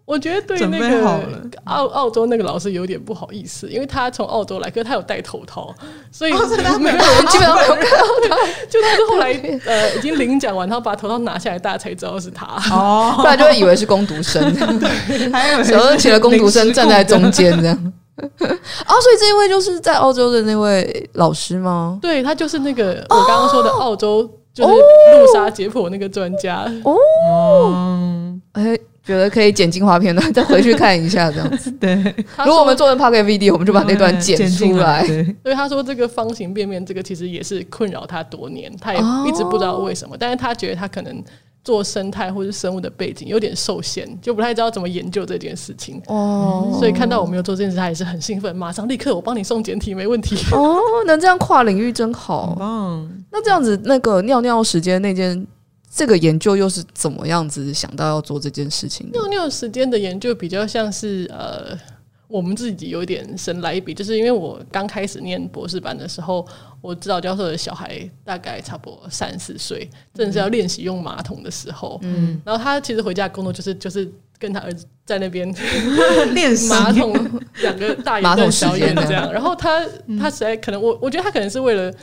[SPEAKER 2] 我觉得对
[SPEAKER 1] 准
[SPEAKER 2] 那
[SPEAKER 1] 备好了
[SPEAKER 2] 个澳澳洲那个老师有点不好意思，因为他从澳洲来，可是他有戴头套，所 以
[SPEAKER 1] 哦所以他
[SPEAKER 2] 没 有
[SPEAKER 3] 我基本上没有看到他，
[SPEAKER 2] 就他是后 来呃已经领奖完，然后把头套拿下来，大家才知道是他。
[SPEAKER 1] 哦
[SPEAKER 3] 不，然就会以为是工读生，
[SPEAKER 1] 还 有
[SPEAKER 3] 然后请了工读生站在中间这样。 哦，所以这一位就是在澳洲的那位老师吗？
[SPEAKER 2] 对他就是那个我刚刚说的澳洲就是路杀解剖那个专家，
[SPEAKER 1] 哦
[SPEAKER 3] 哎，觉得可以剪精华片段，再回去看一下这 样子。
[SPEAKER 1] 对，
[SPEAKER 2] 他
[SPEAKER 3] 如果我们
[SPEAKER 2] 说
[SPEAKER 3] 做成 p o c k e t VD，我们就把那段
[SPEAKER 1] 剪
[SPEAKER 3] 嗯出
[SPEAKER 1] 进
[SPEAKER 3] 来。
[SPEAKER 1] 对
[SPEAKER 2] 对他说这个方形便便这个其实也是困扰他多年，他也
[SPEAKER 3] 哦
[SPEAKER 2] 一直不知道为什么，但是他觉得他可能。做生态或是生物的背景有点受限，就不太知道怎么研究这件事情。
[SPEAKER 3] 哦
[SPEAKER 2] 所以看到我没有做这件事，他也是很兴奋，马上立刻我帮你送简体，没问题。
[SPEAKER 3] 哦，能这样跨领域真
[SPEAKER 1] 好
[SPEAKER 3] 好。
[SPEAKER 1] 棒！
[SPEAKER 3] 那这样子，那个尿尿时间那件，这个研究又是怎么样子想到要做这件事情的？
[SPEAKER 2] 尿尿时间的研究比较像是呃，我们自己有点神来一笔，就是因为我刚开始念博士班的时候，我指导教授的小孩大概差不多三四岁，正是要练习用马桶的时候，嗯，然后他其实回家工作就是就是。跟他儿子在那 边
[SPEAKER 3] 嗯
[SPEAKER 1] 练习
[SPEAKER 2] 马桶两个大
[SPEAKER 3] 马
[SPEAKER 2] 眼
[SPEAKER 3] 桶
[SPEAKER 2] 瞪
[SPEAKER 3] 时
[SPEAKER 2] 小眼
[SPEAKER 3] 间呢
[SPEAKER 2] 这样，然后他他实在可能我我觉得他可能是为了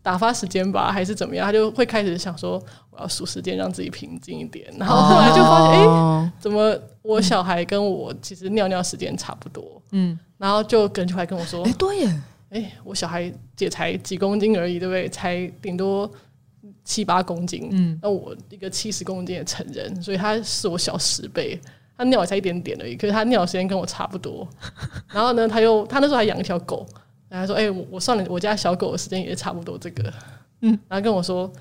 [SPEAKER 2] 打发时间吧，还是怎么样，他就会开始想说我要数时间让自己平静一点，然后后来就发现哎、诶
[SPEAKER 3] 哎，
[SPEAKER 2] 怎么我小孩跟我其实尿尿时间差不多，嗯，然后就跟就来跟我说
[SPEAKER 3] 哎、，对耶，
[SPEAKER 2] 哎、我小孩也才几公斤而已，对不对？才顶多七八公斤，嗯，那我一个七十公斤的成人，所以他是我小十倍。他尿也才一点点而已，可是他尿的时间跟我差不多。 然后呢，他又他那时候还养一条狗，然后他说：“哎、我我算了，我家小狗的时间也差不多这个。”嗯，然后跟我说，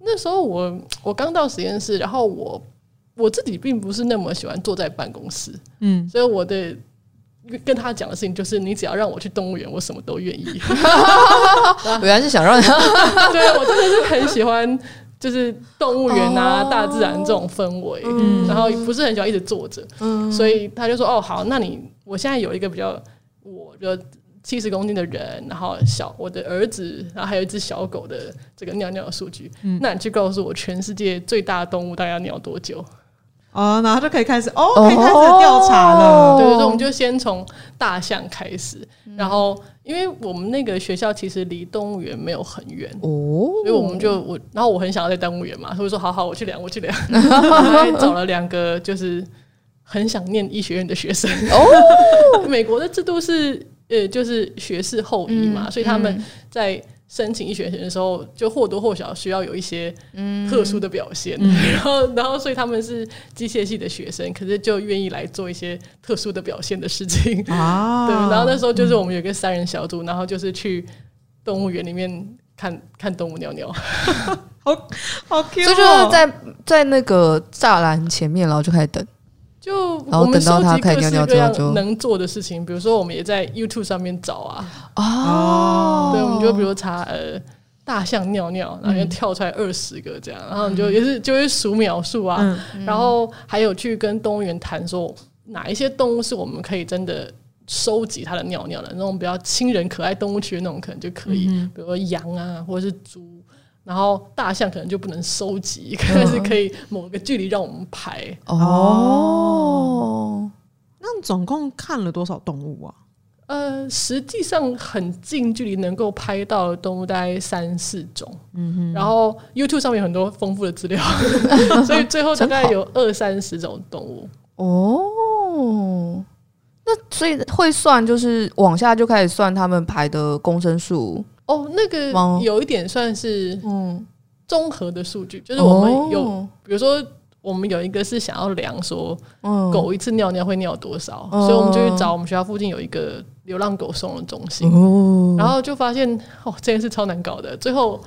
[SPEAKER 2] 那时候我我刚到实验室，然后我我自己并不是那么喜欢坐在办公室，嗯，所以我的跟他讲的事情就是，你只要让我去动物园，我什么都愿意。
[SPEAKER 3] 原来是想让他
[SPEAKER 2] 对啊我真的是很喜欢，就是动物园啊、大自然这种氛围，然后不是很喜欢一直坐着，所以他就说：“哦，好，那你我现在有一个比较我的七十公斤的人，然后小我的儿子，然后还有一只小狗的这个尿尿的数据，那你去告诉我全世界最大的动物大概要尿多久？”
[SPEAKER 1] 哦，然后就可以开始哦，可以开始调查
[SPEAKER 3] 哦
[SPEAKER 1] 了。
[SPEAKER 2] 对，所以我们就先从大象开始，然后因为我们那个学校其实离动物园没有很远，
[SPEAKER 3] 哦，
[SPEAKER 2] 所以我们就我，然后我很想要在动物园嘛，所以我说好好，我去量，我去量，然后还找了两个就是很想念医学院的学生。哦， 美国的制度是呃，就是学士后医嘛，所以他们在申请医学院的时候，就或多或少需要有一些特殊的表现。 然后，然后所以他们是机械系的学生，可是就愿意来做一些特殊的表现的事情。
[SPEAKER 1] 啊，
[SPEAKER 2] 对，然后那时候就是我们有一个三人小组，然后就是去动物园里面看看动物尿尿。
[SPEAKER 1] 好啊好哦 Q，
[SPEAKER 3] 所以就是在在那个栅栏前面，然后就开始等。
[SPEAKER 2] 就
[SPEAKER 3] 然后
[SPEAKER 2] 我们
[SPEAKER 3] 等到
[SPEAKER 2] 收
[SPEAKER 3] 它
[SPEAKER 2] 集
[SPEAKER 3] 开
[SPEAKER 2] 各
[SPEAKER 3] 尿
[SPEAKER 2] 式
[SPEAKER 3] 尿
[SPEAKER 2] 各
[SPEAKER 3] 之后
[SPEAKER 2] 样
[SPEAKER 3] 就
[SPEAKER 2] 能做的事情，比如说我们也在 YouTube 上面找啊，
[SPEAKER 3] 哦，
[SPEAKER 2] 对，我们就比如查呃大象尿尿，然后就跳出来二十个这样，然后你就也是就会数秒数啊，
[SPEAKER 1] 嗯
[SPEAKER 2] 然后还有去跟动物园谈说哪一些动物是我们可以真的。收集它的尿尿的那种比较亲人可爱动物区的那种，可能就可以，比如说羊啊，或者是猪，然后大象可能就不能收集，但 是可以某个距离让我们排。
[SPEAKER 3] 哦，
[SPEAKER 1] 那总共看了多少动物啊？
[SPEAKER 2] 呃，实际上很近距离能够拍到的动物大概三四种，
[SPEAKER 3] 嗯
[SPEAKER 2] 然后 YouTube 上面有很多丰富的资料， 所以最后大概有二三十种动物。
[SPEAKER 3] 哦，那所以会算，就是往下就开始算他们排的公升数。
[SPEAKER 2] 哦，那个
[SPEAKER 3] 哇哦
[SPEAKER 2] 有一点算是
[SPEAKER 3] 嗯，
[SPEAKER 2] 综合的数据，就是我们有，
[SPEAKER 3] 哦
[SPEAKER 2] 比如说我们有一个是想要量说
[SPEAKER 3] 嗯
[SPEAKER 2] 狗一次尿尿会尿多少，
[SPEAKER 3] 嗯
[SPEAKER 2] 所以我们就去找我们学校附近有一个流浪狗收容中心，
[SPEAKER 3] 哦，
[SPEAKER 2] 然后就发现哦，这件事超难搞的。最后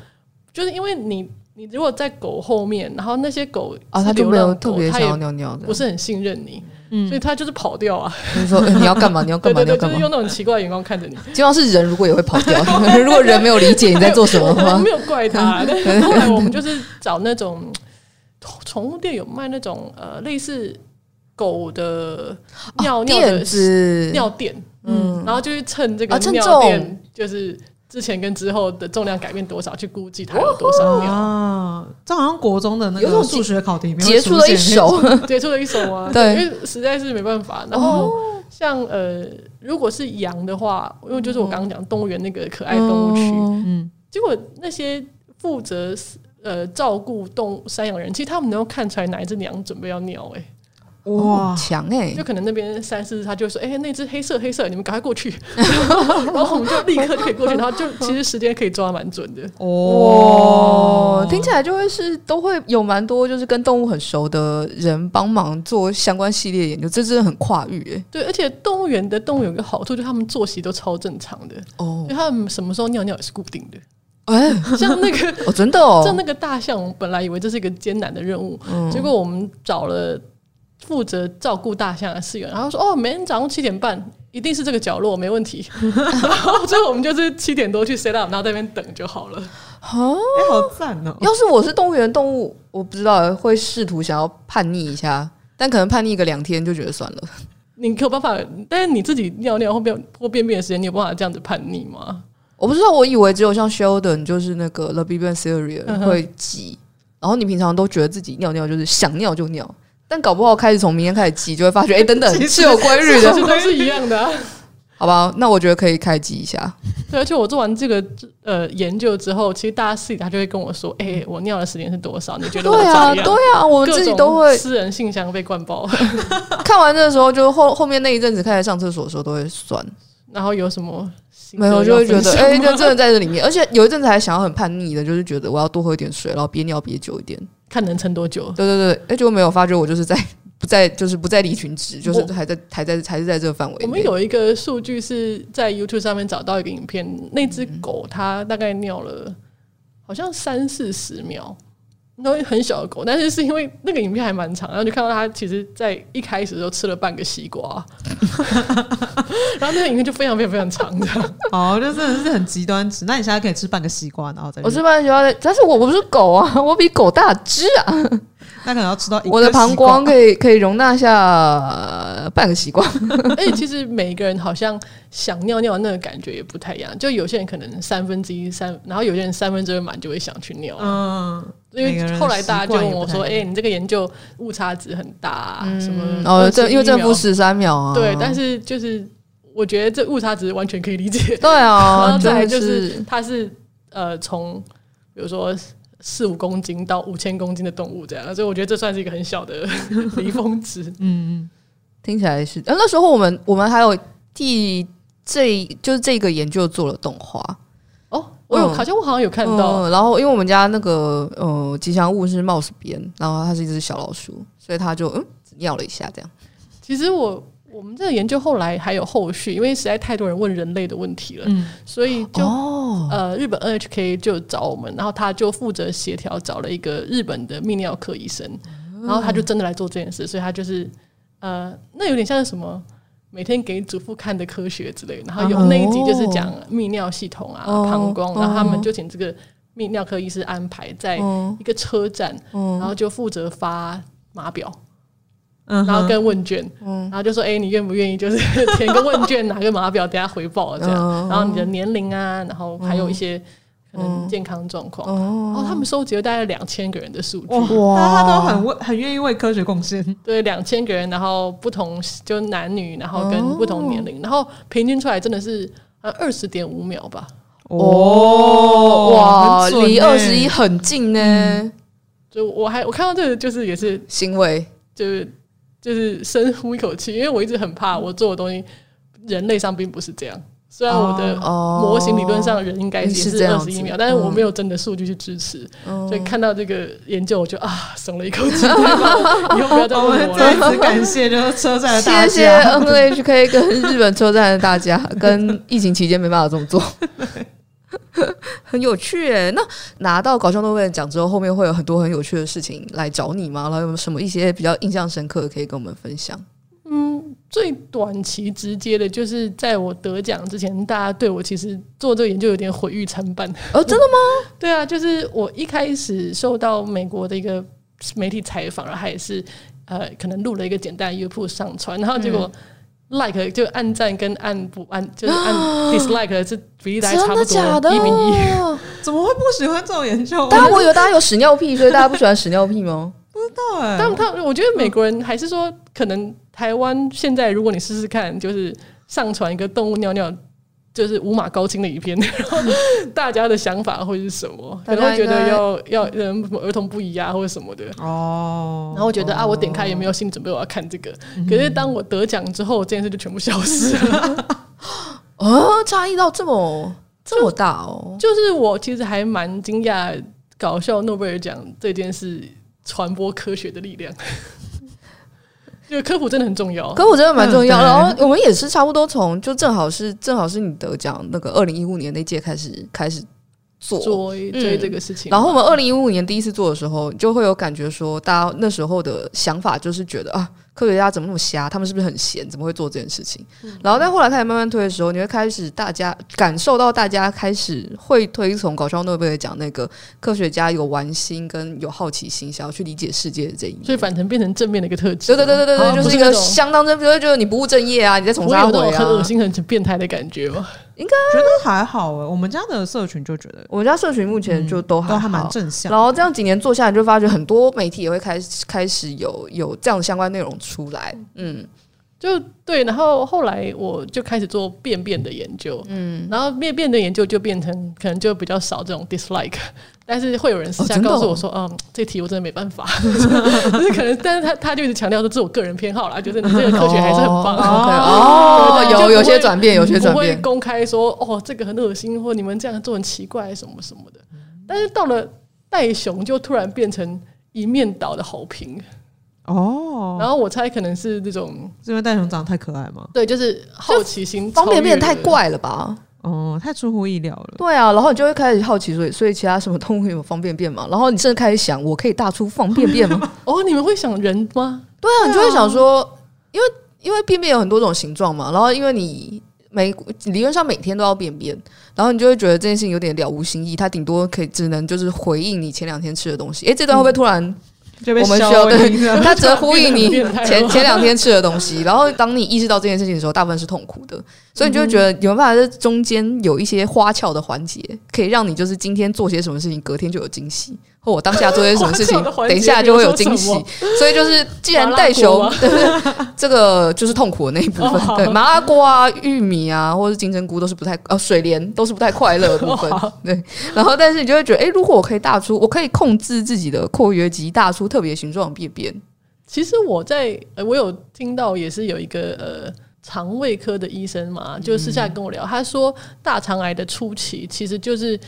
[SPEAKER 2] 就是因为你，你如果在狗后面，然后那些狗
[SPEAKER 3] 啊，
[SPEAKER 2] 是
[SPEAKER 3] 他就
[SPEAKER 2] 流
[SPEAKER 3] 没有
[SPEAKER 2] 浪
[SPEAKER 3] 特
[SPEAKER 2] 狗，
[SPEAKER 3] 别
[SPEAKER 2] 它
[SPEAKER 3] 想要
[SPEAKER 2] 也
[SPEAKER 3] 尿尿的，
[SPEAKER 2] 不是很信任你，
[SPEAKER 3] 嗯
[SPEAKER 2] 所以它就是跑掉啊。
[SPEAKER 3] 就是说、哎你 要干嘛？你要
[SPEAKER 2] 对
[SPEAKER 3] 干嘛？
[SPEAKER 2] 对
[SPEAKER 3] 你要
[SPEAKER 2] 对，
[SPEAKER 3] 干
[SPEAKER 2] 就是
[SPEAKER 3] 嘛
[SPEAKER 2] 用？那种奇怪的眼光看 着你。
[SPEAKER 3] 基本上是人，如果也会跑 掉。 如果人没有理解你在做什么的
[SPEAKER 2] 我
[SPEAKER 3] 话
[SPEAKER 2] 没，有怪它，但是后来我们就是找那种宠物店有卖那种呃类似狗的尿尿的
[SPEAKER 3] 哦垫子
[SPEAKER 2] 尿垫，
[SPEAKER 3] 嗯
[SPEAKER 2] 然后就去称这个
[SPEAKER 3] 啊称
[SPEAKER 2] 尿
[SPEAKER 3] 重
[SPEAKER 2] 垫，就是之前跟之后的重量改变多少，去估计它有多少秒。
[SPEAKER 1] 啊，这好像国中的那
[SPEAKER 3] 有种
[SPEAKER 1] 个
[SPEAKER 3] 结
[SPEAKER 1] 数学考题里面
[SPEAKER 3] 结
[SPEAKER 1] 会
[SPEAKER 3] 束
[SPEAKER 1] 出
[SPEAKER 3] 了
[SPEAKER 1] 现
[SPEAKER 3] 一首，
[SPEAKER 2] 接触了一首啊，
[SPEAKER 3] 对哦
[SPEAKER 2] 因为实在是没办法。然后像呃，如果是羊的话，因为就是我刚刚讲动物园那个可爱动物区，
[SPEAKER 3] 哦
[SPEAKER 1] 嗯，
[SPEAKER 2] 结果那些负责呃照顾动山羊人，其实他们能够看出来哪一只羊准备要尿、欸，
[SPEAKER 1] 哇，
[SPEAKER 3] 强哎
[SPEAKER 2] 就，可能那边三四只，他就说，哎、那只黑色黑色，你们赶快过 去，然后我们就立刻就可以过去，然后就其实时间可以抓蛮准 的。
[SPEAKER 1] 哦
[SPEAKER 3] 哇，听起来就会是都会有蛮多就是跟动物很熟的人帮忙做相关系列研究，这真的很跨域哎。
[SPEAKER 2] 对，而且动物园的动物有一个好处，就是他们作息都超正常的，
[SPEAKER 3] 哦
[SPEAKER 2] 就，他们什么时候尿尿也是固定的，
[SPEAKER 3] 哎，
[SPEAKER 2] 像那个。
[SPEAKER 3] 哦，真的哦，嗯
[SPEAKER 2] 像那个大象，我本来以为这是一个艰难的任务，结果我们找了负责照顾大象的饲员，然后说哦，每天早上七点半一定是这个角落，没问题。 然后最后我们就是七点多去 set up，然后在那边等就好了。
[SPEAKER 3] 哦。
[SPEAKER 1] 哎，好赞哦！
[SPEAKER 3] 要是我是动物园动物，我不知道会试图想要叛逆一下，但可能叛逆个两天就觉得算了。
[SPEAKER 2] 你有办法，但是你自己尿尿或便或便便的时间，你有办法这样子叛逆吗？
[SPEAKER 3] 我不知道，我以为只有像 Sheldon 就是那个 The Big Bang Theory 的人会急，然后你平常都觉得自己尿尿就是想尿就尿，但搞不好开始从明天开始急，就会发觉哎、等
[SPEAKER 1] 其
[SPEAKER 3] 等
[SPEAKER 1] 实
[SPEAKER 3] 是有规律
[SPEAKER 2] 其
[SPEAKER 3] 的，
[SPEAKER 2] 实都是一样的啊、
[SPEAKER 3] 好吧？那我觉得可以开机一下。
[SPEAKER 2] 对，而且我做完这个呃研究之后，其实大家私底下就会跟我说：“哎、我尿的时间是多少？你觉得我
[SPEAKER 3] 对啊，
[SPEAKER 2] 怎么
[SPEAKER 3] 对
[SPEAKER 2] 样？”
[SPEAKER 3] 啊，我们
[SPEAKER 2] 各
[SPEAKER 3] 自己
[SPEAKER 2] 种
[SPEAKER 3] 都会
[SPEAKER 2] 私人信箱被灌爆。
[SPEAKER 3] 看完的时候，就后后面那一阵子开始上厕所的时候都会酸，
[SPEAKER 2] 然后有什么心得
[SPEAKER 3] 没有就会觉得
[SPEAKER 2] 要分享
[SPEAKER 3] 哎，
[SPEAKER 2] 吗
[SPEAKER 3] 那、真的在这里面，而且有一阵子还想要很叛逆的，就是觉得我要多喝一点水，然后憋尿憋久一点。
[SPEAKER 2] 看能撑多久。
[SPEAKER 3] 对对对，哎，结果没有发觉我就是在不在就是不在离群值，就是还在还在还是在这个范围内。
[SPEAKER 2] 我们有一个数据是在 YouTube 上面找到一个影片，那只狗它大概尿了好像三四十秒，那会很小的狗，但是是因为那个影片还蛮长，然后就看到它其实在一开始的时候吃了半个西瓜， 然后那个影片就非常非常非常长 的，
[SPEAKER 1] 哦，就真的是很极端值。那你现在可以吃半个西瓜，然后再
[SPEAKER 3] 我是半喜欢的，但是我不是狗啊，我比狗大只啊，
[SPEAKER 1] 那可能要吃到一个
[SPEAKER 3] 我的膀
[SPEAKER 1] 西瓜
[SPEAKER 3] 胱可以可以容纳下呃半个西瓜。
[SPEAKER 2] 而且其实每一个人好像想尿尿的那个感觉也不太一样，就有些人可能三分之一三，然后有些人三分之二满就会想去尿，
[SPEAKER 1] 嗯，
[SPEAKER 2] 因
[SPEAKER 1] 每个人
[SPEAKER 2] 为
[SPEAKER 1] 的
[SPEAKER 2] 后来大家就问我
[SPEAKER 1] 习
[SPEAKER 2] 说：“
[SPEAKER 1] 惯
[SPEAKER 2] 哎、
[SPEAKER 1] 也不太一样
[SPEAKER 2] 你这个研究误差值很大、啊，什么
[SPEAKER 3] 嗯，？” 哦，
[SPEAKER 2] 这
[SPEAKER 3] 正因为正负十三秒
[SPEAKER 1] 哦
[SPEAKER 3] 啊，
[SPEAKER 2] 对，但是就是我觉得这误差值完全可以理解。
[SPEAKER 3] 对
[SPEAKER 2] 然
[SPEAKER 3] 啊，
[SPEAKER 2] 后再来
[SPEAKER 3] 真
[SPEAKER 2] 就
[SPEAKER 3] 的
[SPEAKER 2] 是它是呃从比如说四五公斤到五千公斤的动物这样，所以我觉得这算是一个很小的 离峰值。
[SPEAKER 1] 嗯
[SPEAKER 3] 听起来是，呃，那时候我们我们还有替这就是这个研究做了动画，
[SPEAKER 2] 哦，我有
[SPEAKER 3] 嗯
[SPEAKER 2] 好像我好像有看到，
[SPEAKER 3] 嗯。然后因为我们家那个呃吉祥物是 mouse 边，然后它是一只小老鼠，所以它就嗯尿了一下这样。
[SPEAKER 2] 其实我。我们这个研究后来还有后续，因为实在太多人问人类的问题了，
[SPEAKER 1] 嗯
[SPEAKER 2] 所以就
[SPEAKER 3] 哦，
[SPEAKER 2] 呃，日本 NHK 就找我们，然后他就负责协调，找了一个日本的泌尿科医生，
[SPEAKER 3] 嗯
[SPEAKER 2] 然后他就真的来做这件事，所以他就是呃，那有点像是什么每天给祖父看的科学之类的，然后有
[SPEAKER 3] 哦
[SPEAKER 2] 那一集就是讲泌尿系统啊、
[SPEAKER 3] 哦
[SPEAKER 2] 膀胱，然后他
[SPEAKER 3] 哦
[SPEAKER 2] 们就请这个泌尿科医师安排在
[SPEAKER 3] 嗯
[SPEAKER 2] 一个车站，然
[SPEAKER 3] 嗯
[SPEAKER 2] 后就负责发码表，
[SPEAKER 1] 嗯哼，
[SPEAKER 2] 然后跟问卷，
[SPEAKER 3] 嗯
[SPEAKER 2] 然后就说：“哎、你愿不愿意就是 填个问卷，啊拿个码表，等下回报这样？
[SPEAKER 3] 嗯
[SPEAKER 2] 然后你的年龄啊，然后还有一些可能健康状况。
[SPEAKER 3] 嗯
[SPEAKER 2] 然后他们收集了大概两千个人的数据，
[SPEAKER 1] 哇，大家都很为很愿意为科学贡献，
[SPEAKER 2] 对，两千个人，然后不同就男女，然后跟不同年
[SPEAKER 3] 哦
[SPEAKER 2] 龄，然后平均出来真的是呃二十点五秒吧。
[SPEAKER 3] 哦哇，
[SPEAKER 1] 很准
[SPEAKER 3] 离
[SPEAKER 1] 欸
[SPEAKER 3] 二十一很近呢、
[SPEAKER 2] 嗯就我还我看到这个就是也是
[SPEAKER 3] 行为
[SPEAKER 2] 就是就是深呼一口气，因为我一直很怕我做的东西人类上并不是这样，虽然我的
[SPEAKER 3] 哦，
[SPEAKER 2] 模型理论上人应该也
[SPEAKER 3] 嗯是
[SPEAKER 2] 是
[SPEAKER 3] 这样
[SPEAKER 2] 二
[SPEAKER 3] 子
[SPEAKER 2] 十一秒，但是我
[SPEAKER 3] 嗯
[SPEAKER 2] 没有真的数据去支持，
[SPEAKER 3] 嗯
[SPEAKER 2] 所以看到这个研究，我就啊松了一 口气，以后不要再
[SPEAKER 1] 我
[SPEAKER 2] 问
[SPEAKER 1] 们
[SPEAKER 2] 我
[SPEAKER 1] 再
[SPEAKER 2] 了。
[SPEAKER 1] 次感谢就是车站的大
[SPEAKER 3] 谢
[SPEAKER 1] 家，
[SPEAKER 3] 谢 NHK 跟日本车站的大家，跟疫情期间没办法这么做。 很有趣诶，那拿到搞笑诺贝尔奖之后，后面会有很多很有趣的事情来找你吗？然后有没有什么一些比较印象深刻的可以跟我们分享？
[SPEAKER 2] 嗯最短期直接的就是在我得奖之前，大家对我其实做这个研究有点毁誉参 半。
[SPEAKER 3] 哦，真的吗？
[SPEAKER 2] 对啊，就是我一开始受到美国的一个
[SPEAKER 3] 嗯
[SPEAKER 2] 媒体采访，然后还是呃，可能录了一个简单的 YouTube 上传，然后结果 like 就按赞跟按不按就是 按 dislike 的是比例大概差
[SPEAKER 3] 真
[SPEAKER 2] 不
[SPEAKER 3] 的
[SPEAKER 2] 多
[SPEAKER 3] 假的？
[SPEAKER 2] 一比一。
[SPEAKER 1] 怎么会不喜欢这种研究？我
[SPEAKER 3] 当然，我以为大家有屎尿屁，所以大家不喜欢屎尿 屁吗？
[SPEAKER 1] 不知道
[SPEAKER 3] 嗯
[SPEAKER 1] 哎、
[SPEAKER 2] 但他我觉得美国人还是说，可能台湾现在如果你试试看，就是上传一个动物尿尿。就是五马高清的一 片，然后大家的想法会是什么？可能
[SPEAKER 3] 大家
[SPEAKER 2] 会觉得
[SPEAKER 3] 应该
[SPEAKER 2] 要要人什么儿童不宜啊，或者什么的。
[SPEAKER 1] 哦，
[SPEAKER 2] 然后我觉得啊，我点开也没有心理准备，我要看这个。
[SPEAKER 3] 嗯
[SPEAKER 2] 可是当我得奖之后，这件事就全部消失 了。
[SPEAKER 3] 哦，差异到这么这么大哦，
[SPEAKER 2] 就是我其实还蛮惊讶，搞笑诺贝尔奖这件事传播科学的力 量，就科普真的很重要。
[SPEAKER 3] 可我真的蛮重要。
[SPEAKER 1] 嗯对
[SPEAKER 3] 然后我们也是差不多从就正好是正好是你得奖那个二零一五年那届开始开始做。
[SPEAKER 2] 做追
[SPEAKER 3] 嗯
[SPEAKER 2] 这个事情嘛，
[SPEAKER 3] 然后我们二零一五年第一次做的时候，就会有感觉说，大家那时候的想法就是觉得啊，科学家怎么那么瞎？他们是不是很闲？怎么会做这件事情？
[SPEAKER 1] 嗯
[SPEAKER 3] 然后但后来开始慢慢推的时候，你会开始大家感受到大家开始会推崇搞笑诺贝尔奖那个科学家有玩心跟有好奇心，想要去理解世界的这一面。
[SPEAKER 2] 所以反成变成正面的一个特质啊了。
[SPEAKER 3] 对对对对
[SPEAKER 2] 好
[SPEAKER 3] 对，
[SPEAKER 2] 像
[SPEAKER 3] 就是
[SPEAKER 2] 不
[SPEAKER 3] 一
[SPEAKER 2] 是
[SPEAKER 3] 个
[SPEAKER 2] 那种
[SPEAKER 3] 相当正，就是觉得你不务正业啊，你在从
[SPEAKER 2] 我
[SPEAKER 3] 啥
[SPEAKER 2] 有那
[SPEAKER 3] 回
[SPEAKER 2] 种很恶
[SPEAKER 3] 啊？
[SPEAKER 2] 心、很变态的感觉嘛。
[SPEAKER 1] 觉得还好哎、我们家的社群就觉得
[SPEAKER 3] 我们家社群目前就都
[SPEAKER 1] 都
[SPEAKER 3] 还
[SPEAKER 1] 还蛮
[SPEAKER 3] 好，
[SPEAKER 1] 正向的。
[SPEAKER 3] 嗯然后这样几年做下来，你就发觉很多媒体也会开始开始有有这样的相关内容出来。嗯，
[SPEAKER 2] 就对，然后后来我就开始做便便的研究，嗯，然后便便的研究就变成可能就比较少这种 dislike，但 是会有人私
[SPEAKER 3] 哦
[SPEAKER 2] 下
[SPEAKER 3] 真的哦
[SPEAKER 2] 告诉我说，嗯，这题我真的没办法， 就是可能，但是他他就一直强调说这是我个人偏好啦，就是你这个科学还是很棒。啊
[SPEAKER 3] 哦 OK，哦，
[SPEAKER 2] 对对就
[SPEAKER 3] 有
[SPEAKER 2] 不
[SPEAKER 3] 有些
[SPEAKER 2] 会
[SPEAKER 3] 转变，有些转
[SPEAKER 2] 不会
[SPEAKER 3] 变。
[SPEAKER 2] 公开说哦，这个很恶心，或你们这样做很奇怪什么什么的。但是到了戴熊，就突然变成一面倒的好评，
[SPEAKER 1] 哦，
[SPEAKER 2] 然后我猜可能是这种
[SPEAKER 1] 是因为戴熊长得太可爱吗？
[SPEAKER 2] 对，就是好奇心
[SPEAKER 3] 方便面
[SPEAKER 2] 超
[SPEAKER 3] 太
[SPEAKER 2] 越了。
[SPEAKER 3] 怪了吧？
[SPEAKER 1] 哦，太出乎意料了。
[SPEAKER 3] 对啊，然后你就会开始好奇，所以所以其他什么动物有方便面嘛？然后你甚至开始想，我可以大出方便面吗？
[SPEAKER 2] 哦，你们会想人吗？
[SPEAKER 3] 对啊，你就会想说，
[SPEAKER 2] 啊
[SPEAKER 3] 因为因为便便有很多种形状嘛，然后因为你每理论上每天都要便便，然后你就会觉得这件事情有点了无新意，它顶多可以只能就是回应你前两天吃的东西。诶，这段会
[SPEAKER 2] 嗯
[SPEAKER 3] 不会 突然？
[SPEAKER 1] 就被
[SPEAKER 3] 我们需
[SPEAKER 1] 消
[SPEAKER 3] 要对
[SPEAKER 1] 音了
[SPEAKER 3] 它只能呼应你
[SPEAKER 2] 变啊态了
[SPEAKER 3] 前前两天吃的东西，然后当你意识到这件事情的时候，大部分是痛苦的，所以你就会觉
[SPEAKER 2] 嗯
[SPEAKER 3] 得有没有办法在中间有一些花俏的环节，可以让你就是今天做些什么事情，隔天就有惊喜，或我当下做些什么事情
[SPEAKER 2] 花俏的，环节
[SPEAKER 3] 等一下就会有惊喜
[SPEAKER 2] 比如。
[SPEAKER 3] 所以就是，既然
[SPEAKER 2] 麻辣
[SPEAKER 3] 带
[SPEAKER 2] 锅
[SPEAKER 3] 熊
[SPEAKER 2] 吗，哦
[SPEAKER 3] 对对 这个就是痛苦的那一部分。对，麻辣锅啊、玉米啊，或是金针菇都是不太呃水莲都是不太快乐的部 分。对，然后但是你就会觉得，诶，如括我可以大出，我可以控制自己的括约肌大出特别形状的便便，
[SPEAKER 2] 其实我在，呃我有听到也是有一个呃肠胃科的医生嘛，就私下跟我聊，他说大肠癌的初期其实就是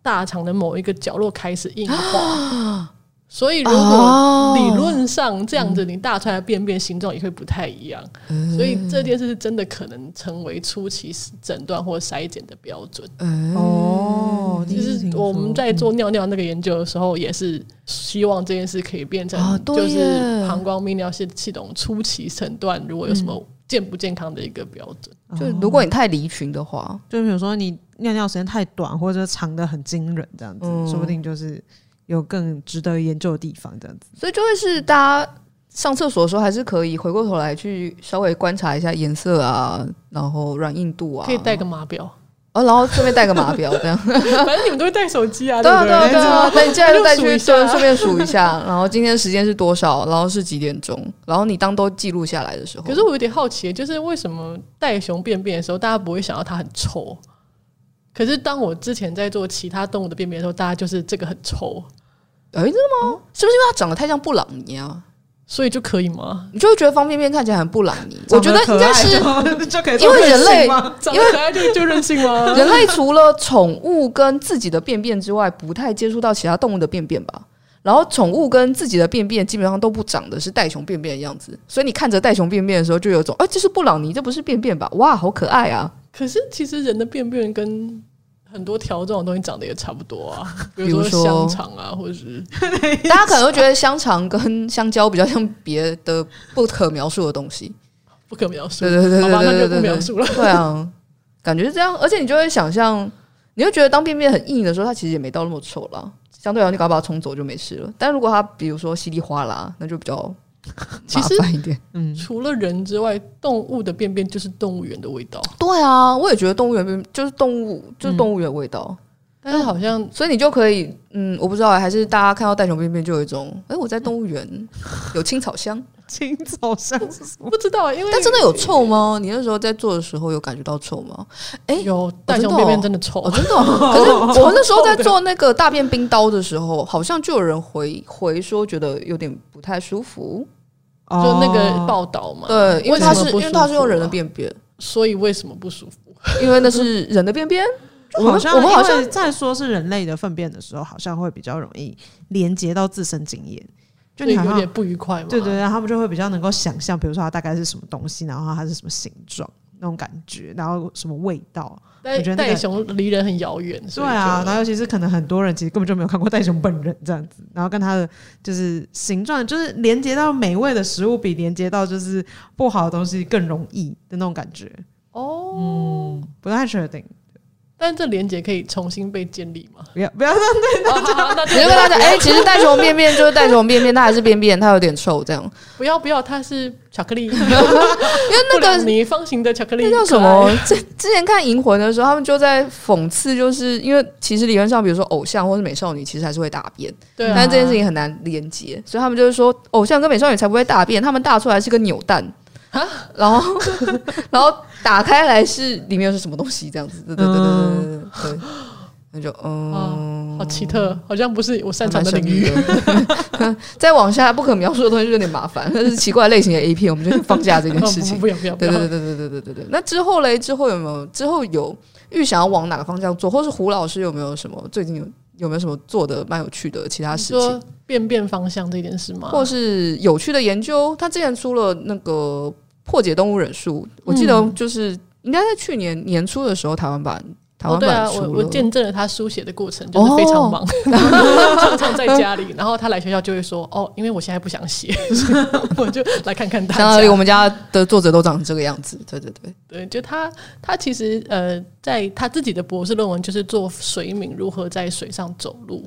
[SPEAKER 2] 大肠的某一个角落开始硬化，所以如
[SPEAKER 3] 哦
[SPEAKER 2] 果理论上这样子，你大出来的便便形状也会不太一样，
[SPEAKER 3] 嗯
[SPEAKER 2] 所以这件事是真的可能成为初期诊断或筛检的标准。
[SPEAKER 3] 嗯
[SPEAKER 1] 哦，第
[SPEAKER 2] 其
[SPEAKER 1] 一次
[SPEAKER 2] 实
[SPEAKER 1] 听说
[SPEAKER 2] 我们在做尿尿那个研究的时候，也是希望这件事可以变成
[SPEAKER 3] 啊，对
[SPEAKER 2] 就
[SPEAKER 3] 耶
[SPEAKER 2] 是膀胱泌尿系系统初期诊断，如果有什么健不健康的一个标准。
[SPEAKER 3] 就如果你太离群的话，
[SPEAKER 1] 就比如说你尿尿时间太短，或者长得很惊人这样子，
[SPEAKER 3] 嗯
[SPEAKER 1] 说不定就是有更值得研究的地方这样子。
[SPEAKER 3] 所以就会是大家上厕所的时候，还是可以回过头来去稍微观察一下颜色啊，然后软硬度啊，
[SPEAKER 2] 可以带个码 表，
[SPEAKER 3] 哦，然后顺便带个码表这样。
[SPEAKER 2] 反正你们都会带手机啊，
[SPEAKER 3] 对啊，
[SPEAKER 2] 不
[SPEAKER 3] 对啊，
[SPEAKER 2] 对？
[SPEAKER 3] 对啊，对，你接下来就再去
[SPEAKER 2] 就数一下
[SPEAKER 3] 对，顺便数一下，然后今天时间是多少，然后是几点钟，然后你当都记录下来的时候，
[SPEAKER 2] 可是我有点好奇，就是为什么带熊便便的时候，大家不会想到它很臭？可是当我之前在做其他动物的便便的时候，大家就是这个很臭，
[SPEAKER 3] 哎，真的吗？是不是因为它长得太像布朗尼啊？
[SPEAKER 2] 所以就可以 吗？
[SPEAKER 3] 你就会觉得方便面看起来很布朗尼，啊我觉得应该是
[SPEAKER 1] 长得可爱就 就可以
[SPEAKER 3] 因
[SPEAKER 1] 做
[SPEAKER 3] 为人类
[SPEAKER 1] 任性吗
[SPEAKER 2] 长得可爱就就任性吗？
[SPEAKER 3] 人类除了宠物跟自己的便便之外，不太接触到其他动物的便便吧。然后宠物跟自己的便便基本上都不长得是袋熊便便的样子，所以你看着袋熊便便的时候，就有一种哎，这是布朗尼，这不是便便吧？哇，好可爱啊！
[SPEAKER 2] 可是其实人的便便跟很多条这种东西长得也差不多 啊，比
[SPEAKER 3] 比
[SPEAKER 2] 如
[SPEAKER 3] 如说
[SPEAKER 2] 香肠啊，或者是
[SPEAKER 3] 大家可能会觉得香肠跟香蕉比较像别的不可描述的东西。
[SPEAKER 2] 不可描述。
[SPEAKER 3] 对对对对
[SPEAKER 2] 好吧，那
[SPEAKER 3] 对
[SPEAKER 2] 就
[SPEAKER 3] 对
[SPEAKER 2] 不描
[SPEAKER 3] 对
[SPEAKER 2] 述了。
[SPEAKER 3] 对啊，感觉是这样，而且你就会想象，你会觉得当便便很硬的时候，它其实也没到那么臭啦。相对来讲，你赶快把它冲走就没事了。但如果它比如说稀里哗啦，那就比较
[SPEAKER 2] 其实
[SPEAKER 3] 麻烦一点。
[SPEAKER 1] 嗯，
[SPEAKER 2] 除了人之外，动物的便便就是动物园的味道，
[SPEAKER 3] 对啊，我也觉得动物园就是动物，就是动物园味道，
[SPEAKER 2] 但是好像
[SPEAKER 3] 嗯所以你就可以，嗯，我不知道欸，还是大家看到袋熊便便就有一种，哎、我在动物园有青草香，
[SPEAKER 1] 青草像是 什么？
[SPEAKER 2] 不知道，因为
[SPEAKER 3] 但真的有臭吗？你那时候在做的时候有感觉到臭吗？哎
[SPEAKER 2] 有袋
[SPEAKER 3] 真
[SPEAKER 2] 熊
[SPEAKER 3] 的
[SPEAKER 2] 便便
[SPEAKER 3] 哦
[SPEAKER 2] 真的臭
[SPEAKER 3] 哦，，真的哦、可是我们那时候在做那个大便冰刀的时候，好像就有人回回说觉得有点不太舒服。
[SPEAKER 2] 就那
[SPEAKER 1] 哦
[SPEAKER 2] 个报道嘛，
[SPEAKER 3] 对，因为它
[SPEAKER 2] 什么
[SPEAKER 3] 是
[SPEAKER 2] 不
[SPEAKER 3] 因为它
[SPEAKER 2] 舒
[SPEAKER 3] 是
[SPEAKER 2] 服
[SPEAKER 3] 用人的
[SPEAKER 2] 啊
[SPEAKER 3] 便便，
[SPEAKER 2] 所以为什么不舒服？
[SPEAKER 3] 因为那是人的便便。
[SPEAKER 1] 我们好像
[SPEAKER 3] 我们好像
[SPEAKER 1] 因为在说是人类的粪便的时候，好像会比较容易连接到自身经验，就
[SPEAKER 2] 所以
[SPEAKER 1] 你好
[SPEAKER 2] 有
[SPEAKER 1] 像
[SPEAKER 2] 点不愉快嘛。
[SPEAKER 1] 对对，对，他们就会比较能够想象，比如说它大概是什么东西，然后它是什么形状那种感觉，然后什么味道，我觉得那
[SPEAKER 2] 但
[SPEAKER 1] 个
[SPEAKER 2] 袋熊离人很遥远，所
[SPEAKER 1] 对
[SPEAKER 2] 以
[SPEAKER 1] 啊，
[SPEAKER 2] 就
[SPEAKER 1] 然后尤其是可能很多人其实根本就没有看过袋熊本人这样子，然后跟它的就是形状，就是连接到美味的食物比连接到就是不好的东西更容易的那种感觉，嗯
[SPEAKER 2] 哦，
[SPEAKER 1] 不太确定，
[SPEAKER 2] 但这连接可以重新被建立嘛？
[SPEAKER 1] 不要不要
[SPEAKER 2] 好好那就
[SPEAKER 3] 你就跟他讲，哎、其实袋熊便便就是袋熊便便，它还是便便，它有点臭这样。
[SPEAKER 2] 不要不要，它是巧克力，因为
[SPEAKER 3] 那个
[SPEAKER 2] 泥方形的巧克力
[SPEAKER 3] 那叫什
[SPEAKER 2] 可爱
[SPEAKER 3] 么？？之之前看《银魂》的时候，他们就在讽刺，就是因为其实理论上，比如说偶像或是美少女，其实还是会大便，
[SPEAKER 2] 对啊，
[SPEAKER 3] 但是这件事情很难连接，所以他们就是说，偶像跟美少女才不会大便，他们大出来是个扭蛋。
[SPEAKER 2] 啊
[SPEAKER 3] 然后， 然后打开来是里面是什么东西？这样子，对对对对对对对，那就嗯，
[SPEAKER 2] 好奇特，好像不是我哦擅
[SPEAKER 3] 还
[SPEAKER 2] 长
[SPEAKER 3] 蛮
[SPEAKER 2] 的
[SPEAKER 3] 神
[SPEAKER 2] 领
[SPEAKER 3] 秘
[SPEAKER 2] 域。
[SPEAKER 3] 的。 再往下不可描述的东西就有点麻烦，那是奇怪类型的 A 片，我们就先放下这 件
[SPEAKER 2] 哦
[SPEAKER 3] 事情。
[SPEAKER 2] 不不要不要不
[SPEAKER 3] 对
[SPEAKER 2] 要
[SPEAKER 3] 对对对对对对对。那之后嘞，之后有没有之后有预想要往哪个方向做，或是胡老师有没有什么最近有有没有什么做的蛮有趣的其他
[SPEAKER 2] 你
[SPEAKER 3] 事情，
[SPEAKER 2] 说便便方向这件事吗？
[SPEAKER 3] 或是有趣的研究？他之前出了那个破解动物忍术，我记得就是、应该在去年年初的时候，台湾版台
[SPEAKER 2] 哦，
[SPEAKER 3] 湾
[SPEAKER 2] 对
[SPEAKER 3] 版
[SPEAKER 2] 啊，
[SPEAKER 3] 出了。哦
[SPEAKER 2] 我我见证了他书写的过程，就是非常忙， 常常在家里。然后他来学校就会说：“哦，因为我现在不想写， 我就来看看大
[SPEAKER 3] 相当于
[SPEAKER 2] 家
[SPEAKER 3] 我。们家的作者都长成这个样子，对对对，”
[SPEAKER 2] 对，就他他其实呃，在他自己的博士论文就是做水敏如何在水上走路，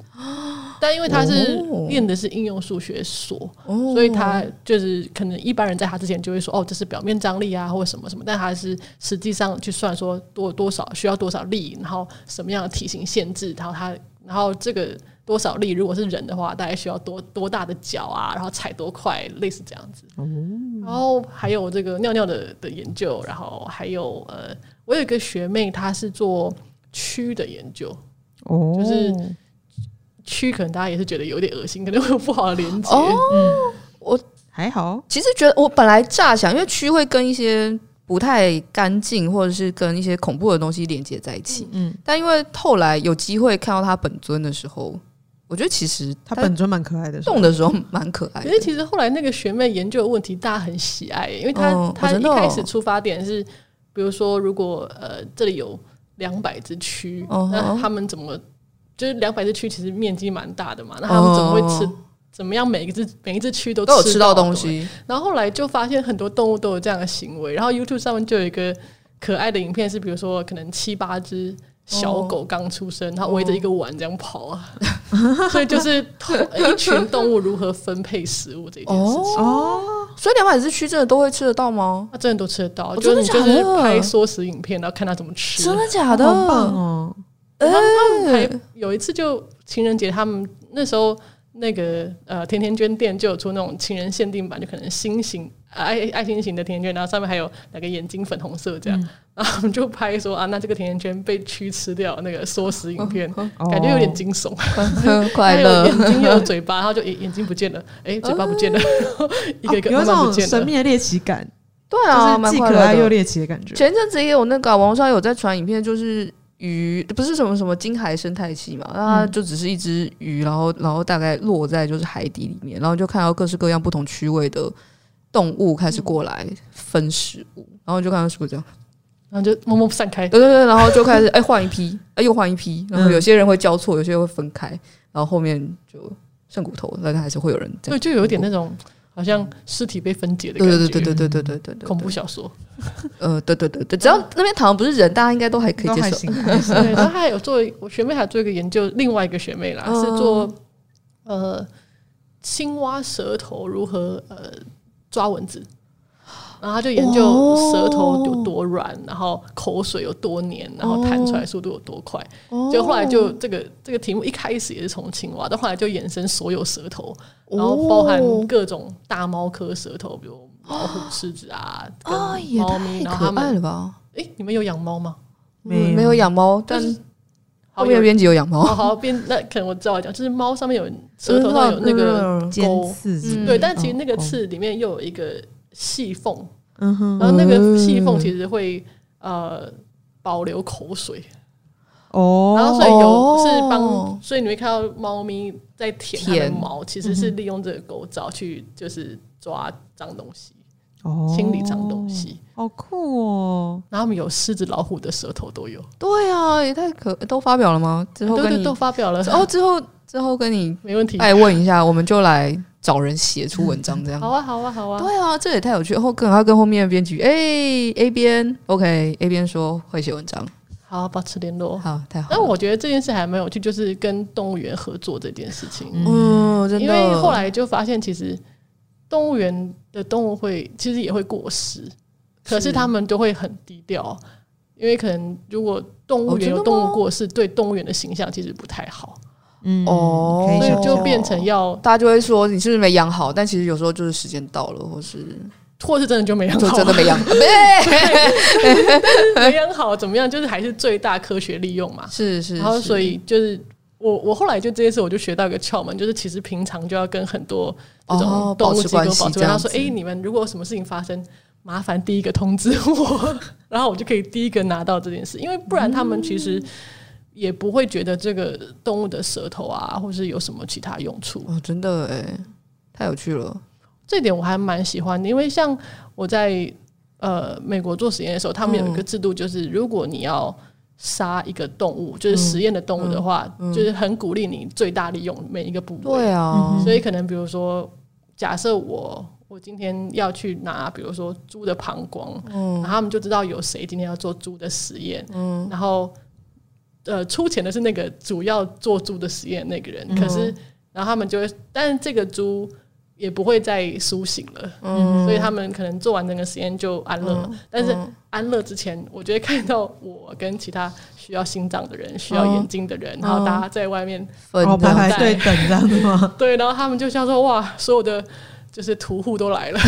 [SPEAKER 2] 但因为他是
[SPEAKER 3] 哦
[SPEAKER 2] 练的是应用数学所，
[SPEAKER 3] 哦
[SPEAKER 2] 所以他就是可能一般人在他之前就会说哦，这是表面张力啊，或者什么什么，但他是实际上去算说多多少需要多少力，然后什么样的体型限制，然后他然后这个多少力如果是人的话，大概需要多多大的脚啊，然后踩多快，类似这样子。然后还有这个尿尿的的研究，然后还有呃，我有一个学妹，她是做蛆的研究，
[SPEAKER 1] 哦，
[SPEAKER 2] 就是蛆可能大家也是觉得有点恶心，可能会有不好的连接。
[SPEAKER 3] 哦
[SPEAKER 1] 还好，
[SPEAKER 3] 其实觉得我本来乍想，因为蛆会跟一些不太干净或者是跟一些恐怖的东西连接在一起，
[SPEAKER 1] 嗯，
[SPEAKER 3] 但因为后来有机会看到它本尊的时候，我觉得其实
[SPEAKER 1] 它本尊蛮可爱的，是吧
[SPEAKER 3] 动的时候蛮可爱
[SPEAKER 2] 可
[SPEAKER 3] 的
[SPEAKER 2] 是。其实后来那个学妹研究的问题，大家很喜爱，因为她、
[SPEAKER 3] 哦
[SPEAKER 2] 她
[SPEAKER 3] 真
[SPEAKER 2] 一
[SPEAKER 3] 的哦
[SPEAKER 2] 开始出发点是，比如说如果呃这里有两百只蛆，
[SPEAKER 3] 嗯哼
[SPEAKER 2] 那他们怎么就是两百只蛆其实面积蛮大的嘛，那他们怎么会吃？
[SPEAKER 3] 哦
[SPEAKER 2] 怎么样每一只每一只蛆都
[SPEAKER 3] 都有
[SPEAKER 2] 吃
[SPEAKER 3] 吃到
[SPEAKER 2] 的
[SPEAKER 3] 东？西，
[SPEAKER 2] 然后后来就发现很多动物都有这样的行为，然后 YouTube 上面就有一个可爱的影片，是比如说可能七八只小
[SPEAKER 3] 哦
[SPEAKER 2] 狗刚出生，它围着一个碗这样跑 啊，所以就是同一群动物如何分配食物这件事情。
[SPEAKER 1] 哦，
[SPEAKER 3] 所以两百只蛆真的都会吃得到吗？
[SPEAKER 2] 它真的都吃得到，
[SPEAKER 3] 哦
[SPEAKER 2] 就是你就
[SPEAKER 3] 真的
[SPEAKER 2] 是
[SPEAKER 3] 假的
[SPEAKER 2] 拍缩食影片，然后看它怎么吃。
[SPEAKER 3] 真的假的？
[SPEAKER 1] 好棒哦，
[SPEAKER 2] 还
[SPEAKER 3] 嗯
[SPEAKER 2] 有一次就情人节，他们那时候那个呃甜甜圈店就有出那种情人限定版，就可能心形、呃爱爱心型的甜甜圈，然后上面还有那个眼睛粉红色这样，
[SPEAKER 3] 嗯
[SPEAKER 2] 然后我们就拍说啊，那这个甜甜圈被蛆吃掉那个缩食影片， 感觉有
[SPEAKER 1] 哦
[SPEAKER 2] 点惊悚，
[SPEAKER 3] 哦快乐哦
[SPEAKER 2] 它有眼睛又有嘴巴，然后就眼眼睛不见了，哎、嘴巴不见了， 然后一个一个
[SPEAKER 1] 哦有
[SPEAKER 2] 慢
[SPEAKER 1] 一
[SPEAKER 2] 慢不
[SPEAKER 1] 种
[SPEAKER 2] 见了
[SPEAKER 1] 神。秘的猎奇感，
[SPEAKER 3] 对
[SPEAKER 2] 哦
[SPEAKER 3] 啊，
[SPEAKER 1] 就是
[SPEAKER 3] 蛮
[SPEAKER 1] 既
[SPEAKER 3] 快
[SPEAKER 1] 可
[SPEAKER 3] 乐
[SPEAKER 1] 爱又
[SPEAKER 3] 的。
[SPEAKER 1] 猎奇的感觉。
[SPEAKER 3] 前阵子也有那个啊、网络上有在传影片，就是鱼不是什么什么金海生态系嘛，那它就只是一只鱼，然后然后大概落在就是海底里面，然后就看到各式各样不同区位的动物开始过来分食物，然后就看到鼠这样，
[SPEAKER 2] 然后就默默散开，
[SPEAKER 3] 对对对，然后就开始哎换一批，哎又换一批，然后有些人会交错，有些人会分开，然后后面就剩骨头，但是还是会有人这
[SPEAKER 2] 对，
[SPEAKER 3] 样。
[SPEAKER 2] 就有一点那种好像尸体被分解的
[SPEAKER 3] 对
[SPEAKER 2] 感觉，
[SPEAKER 3] 对对对对对对对对，
[SPEAKER 2] 恐怖小说。
[SPEAKER 3] 呃，对对对对，只要
[SPEAKER 2] 嗯
[SPEAKER 3] 那边躺的不是人，大家应该都还可
[SPEAKER 1] 都
[SPEAKER 3] 以接
[SPEAKER 1] 还
[SPEAKER 3] 受。
[SPEAKER 1] 行啊，还行
[SPEAKER 2] 对，然后还
[SPEAKER 3] 哦
[SPEAKER 2] 有做我学妹还做一个研究，另外一个学妹啦、
[SPEAKER 3] 嗯
[SPEAKER 2] 是做呃青蛙舌头如何呃抓蚊子，然后他就研究
[SPEAKER 3] 哦
[SPEAKER 2] 舌头有多软，然后口水有多黏，然后弹出来速度有多快。
[SPEAKER 3] 哦
[SPEAKER 2] 就后来就这个这个题目一开始也是从青蛙，但后来就延伸所有舌头，然
[SPEAKER 3] 哦
[SPEAKER 2] 后包含各种大猫科舌头，比如老虎、狮子啊，跟
[SPEAKER 3] 哦，也
[SPEAKER 2] 猫咪，
[SPEAKER 3] 太
[SPEAKER 2] 然后他
[SPEAKER 3] 可爱
[SPEAKER 2] 们
[SPEAKER 3] 了吧！
[SPEAKER 2] 哎、你们有养猫吗？
[SPEAKER 1] 没
[SPEAKER 3] 没
[SPEAKER 1] 有
[SPEAKER 3] 没有养猫，但
[SPEAKER 2] 就是好
[SPEAKER 3] 后面
[SPEAKER 2] 有
[SPEAKER 3] 的编辑有养猫
[SPEAKER 1] 哦
[SPEAKER 2] 好。哦好变，那可能我知道讲，就是猫上面有舌头上有 那个
[SPEAKER 1] 嗯尖
[SPEAKER 2] 钩，
[SPEAKER 1] 刺是不是，
[SPEAKER 2] 对，但其实那个
[SPEAKER 1] 哦哦
[SPEAKER 2] 刺里面又有一个细缝，
[SPEAKER 1] 嗯哼，
[SPEAKER 2] 然后那个细缝其实会呃保留口水，
[SPEAKER 1] 哦，
[SPEAKER 2] 然后所以有
[SPEAKER 3] 哦
[SPEAKER 2] 是帮，所以你会看到猫咪在舔它的
[SPEAKER 3] 舔
[SPEAKER 1] 嗯
[SPEAKER 2] 毛，其实是利用这个构造去就是抓脏东西，
[SPEAKER 1] 哦
[SPEAKER 2] 清理脏东，西。
[SPEAKER 1] 好酷哦！
[SPEAKER 2] 然后他们有狮子、老虎的舌头都有，
[SPEAKER 3] 对啊，也太可都发表了吗？之后
[SPEAKER 2] 对
[SPEAKER 3] 跟
[SPEAKER 2] 对，
[SPEAKER 3] 你
[SPEAKER 2] 都发表了，
[SPEAKER 3] 哦，之后之后跟你 哎
[SPEAKER 2] 没问题。
[SPEAKER 3] 爱问一下，我们就来找人写出文章这样
[SPEAKER 2] 好。啊，好啊，好啊。
[SPEAKER 3] 对啊，这也太有趣了。后跟还要跟后面的编辑，哎、a 编 OK，A 编说会写文章，
[SPEAKER 2] 好，保持联络。
[SPEAKER 3] 好，太好了。
[SPEAKER 2] 但我觉得这件事还蛮有趣，就是跟动物园合作这件事情，
[SPEAKER 3] 嗯，真的，
[SPEAKER 2] 因为后来就发现，其实动物园的动物会其实也会过时，可是他们都会很低调，因为可能如果动物
[SPEAKER 3] 哦
[SPEAKER 2] 园
[SPEAKER 3] 真的
[SPEAKER 2] 有
[SPEAKER 3] 吗
[SPEAKER 2] 动物过世，对动物园的形象其实不太好，
[SPEAKER 1] 嗯
[SPEAKER 3] 哦
[SPEAKER 1] 可以
[SPEAKER 2] 所
[SPEAKER 1] 想
[SPEAKER 2] 以就
[SPEAKER 1] 象
[SPEAKER 2] 变成要，
[SPEAKER 3] 大家就会说你是不是没养好，但其实有时候就是时间到了，或是
[SPEAKER 2] 或是真的就没养
[SPEAKER 3] 就
[SPEAKER 2] 好，
[SPEAKER 3] 真的没养，
[SPEAKER 2] 没养好怎么样，就是还是最大科学利用嘛。
[SPEAKER 3] 是是，
[SPEAKER 2] 然后
[SPEAKER 3] 是
[SPEAKER 2] 所以就是我我后来就这件事我就学到一个窍门，就是其实平常就要跟很多这种
[SPEAKER 3] 哦
[SPEAKER 2] 动
[SPEAKER 3] 保
[SPEAKER 2] 物
[SPEAKER 3] 持
[SPEAKER 2] 机构
[SPEAKER 3] 关
[SPEAKER 2] 保
[SPEAKER 3] 系
[SPEAKER 2] 持关
[SPEAKER 3] 这
[SPEAKER 2] 系，他
[SPEAKER 3] 样
[SPEAKER 2] 说
[SPEAKER 3] 子：“
[SPEAKER 2] 哎、你们如果有什么事情发生，麻烦第一个通知我， 然后我就可以第一个拿到这件事，因为不然他们其
[SPEAKER 3] 嗯
[SPEAKER 2] 实。”也不会觉得这个动物的舌头啊，或是有什么其他用处。
[SPEAKER 3] 哦，真的哎，太有趣了，
[SPEAKER 2] 这点我还蛮喜欢的，因为像我在呃美国做实验的时候，他们有一个制度，就是如果你要杀一个动物，就是实验的动物的话，就是很鼓励你最大利用每一个部位。
[SPEAKER 3] 对啊，
[SPEAKER 2] 所以可能比如说，假设我我今天要去拿，比如说猪的膀胱，然后他们就知道有谁今天要做猪的实验，
[SPEAKER 3] 嗯
[SPEAKER 2] 然后呃出钱的是那个主要做猪的实验那个人，可是然后他们就会，但是这个猪。也不会再苏醒了，
[SPEAKER 3] 嗯
[SPEAKER 2] 所以他们可能做完整个实验就安乐了。但
[SPEAKER 3] 嗯
[SPEAKER 2] 是安乐之前，我就会看到我跟其他需要心脏的人、需要眼睛的人，然后大家在外面
[SPEAKER 3] 分
[SPEAKER 1] 哦，
[SPEAKER 3] 的
[SPEAKER 1] 排排
[SPEAKER 2] 在
[SPEAKER 1] 队等这样子吗？
[SPEAKER 2] 对，然后他们就像说哇，所有的就是屠户都来了，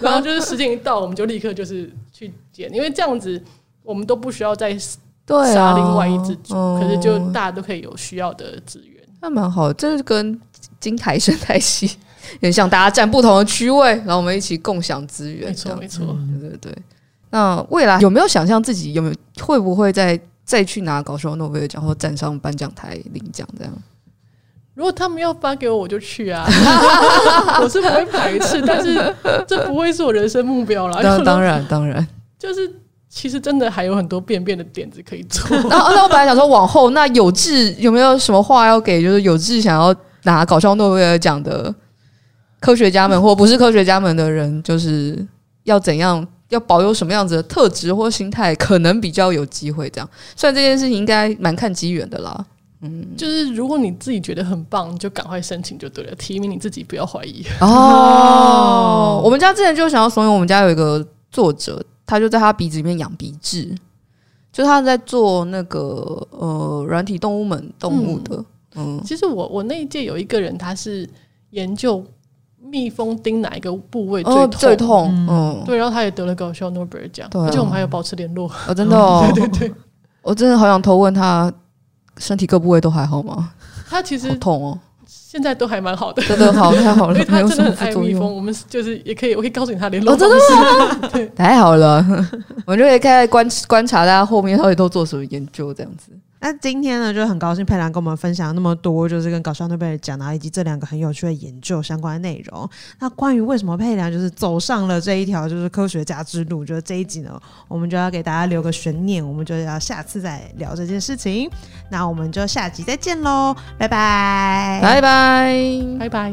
[SPEAKER 2] 然后就是时间一到，我们就立刻就是去捡，因为这样子我们都不需要再
[SPEAKER 3] 对
[SPEAKER 2] 杀
[SPEAKER 3] 啊，
[SPEAKER 2] 另外一只猪，
[SPEAKER 3] 嗯
[SPEAKER 2] 可是就大家都可以有需要的资源。
[SPEAKER 3] 那蛮好，这是跟金台生态系有点像，大家站不同的区位，然后我们一起共享资源，
[SPEAKER 2] 没
[SPEAKER 3] 这
[SPEAKER 2] 错，
[SPEAKER 3] 样嗯
[SPEAKER 2] 没错。
[SPEAKER 3] 对对对。那未来有没有想象自己有没有会不会再再去拿搞笑诺贝尔奖或站上颁奖台领奖这样？
[SPEAKER 2] 如果他们要发给我，我就去啊， 我是不会排斥，但是这不会是我人生目标啦。
[SPEAKER 3] 当当然当然。
[SPEAKER 2] 就是其实真的还有很多便便的点子可以 做。
[SPEAKER 3] 然后那我本来想说往后那有志有没有什么话要给，就是有志想要拿搞笑诺贝尔奖的科学家们或不是科学家们的人，就是要怎样要保有什么样子的特质或心态，可能比较有机会这样。虽然这件事情应该蛮看机缘的 啦。
[SPEAKER 2] 就是如果你自己觉得很棒，你就赶快申请就对了，提名你自己，不要怀 疑。
[SPEAKER 3] 哦，我们家之前就想要怂恿我们家有一个作者，他就在他鼻子里面养鼻痣，就他在做那个呃软体动物们动物的，嗯，
[SPEAKER 2] 其实我我那一届有一个人，他是研究蜜蜂叮哪一个部位最
[SPEAKER 3] 哦
[SPEAKER 2] 痛，
[SPEAKER 3] 最痛，嗯
[SPEAKER 2] 对，然后他也得了搞笑诺贝尔奖，
[SPEAKER 3] 对啊
[SPEAKER 2] 而且我们还有保持联络。
[SPEAKER 3] 哦，真的哦，
[SPEAKER 2] 对对对，
[SPEAKER 3] 我真的好想偷问他，身体各部位都还好吗？
[SPEAKER 2] 他其
[SPEAKER 3] 好
[SPEAKER 2] 实
[SPEAKER 3] 痛哦，
[SPEAKER 2] 现在都还蛮好的，
[SPEAKER 3] 真的好，太好
[SPEAKER 2] 因
[SPEAKER 3] 了
[SPEAKER 2] 为，
[SPEAKER 3] 没
[SPEAKER 2] 他
[SPEAKER 3] 有
[SPEAKER 2] 真
[SPEAKER 3] 什
[SPEAKER 2] 的很
[SPEAKER 3] 么副
[SPEAKER 2] 爱
[SPEAKER 3] 作
[SPEAKER 2] 蜜蜂，
[SPEAKER 3] 用，
[SPEAKER 2] 我们就是也可以，我可以告诉你他联络
[SPEAKER 3] 哦真的
[SPEAKER 2] 的对，
[SPEAKER 3] 太好了， 我们就可以开始观观察大家后面到底都做什么研究，这样子。
[SPEAKER 1] 那今天呢，就很高兴佩兰跟我们分享了那么多，就是跟搞笑诺贝尔奖啊，以及这两个很有趣的研究相关的内容。那关于为什么佩兰就是走上了这一条就是科学家之路，就是这一集呢，我们就要给大家留个悬念，我们就要下次再聊这件事情。
[SPEAKER 2] 哎
[SPEAKER 1] 那我们就下集再见喽，拜拜，
[SPEAKER 3] 拜拜。
[SPEAKER 2] 拜拜。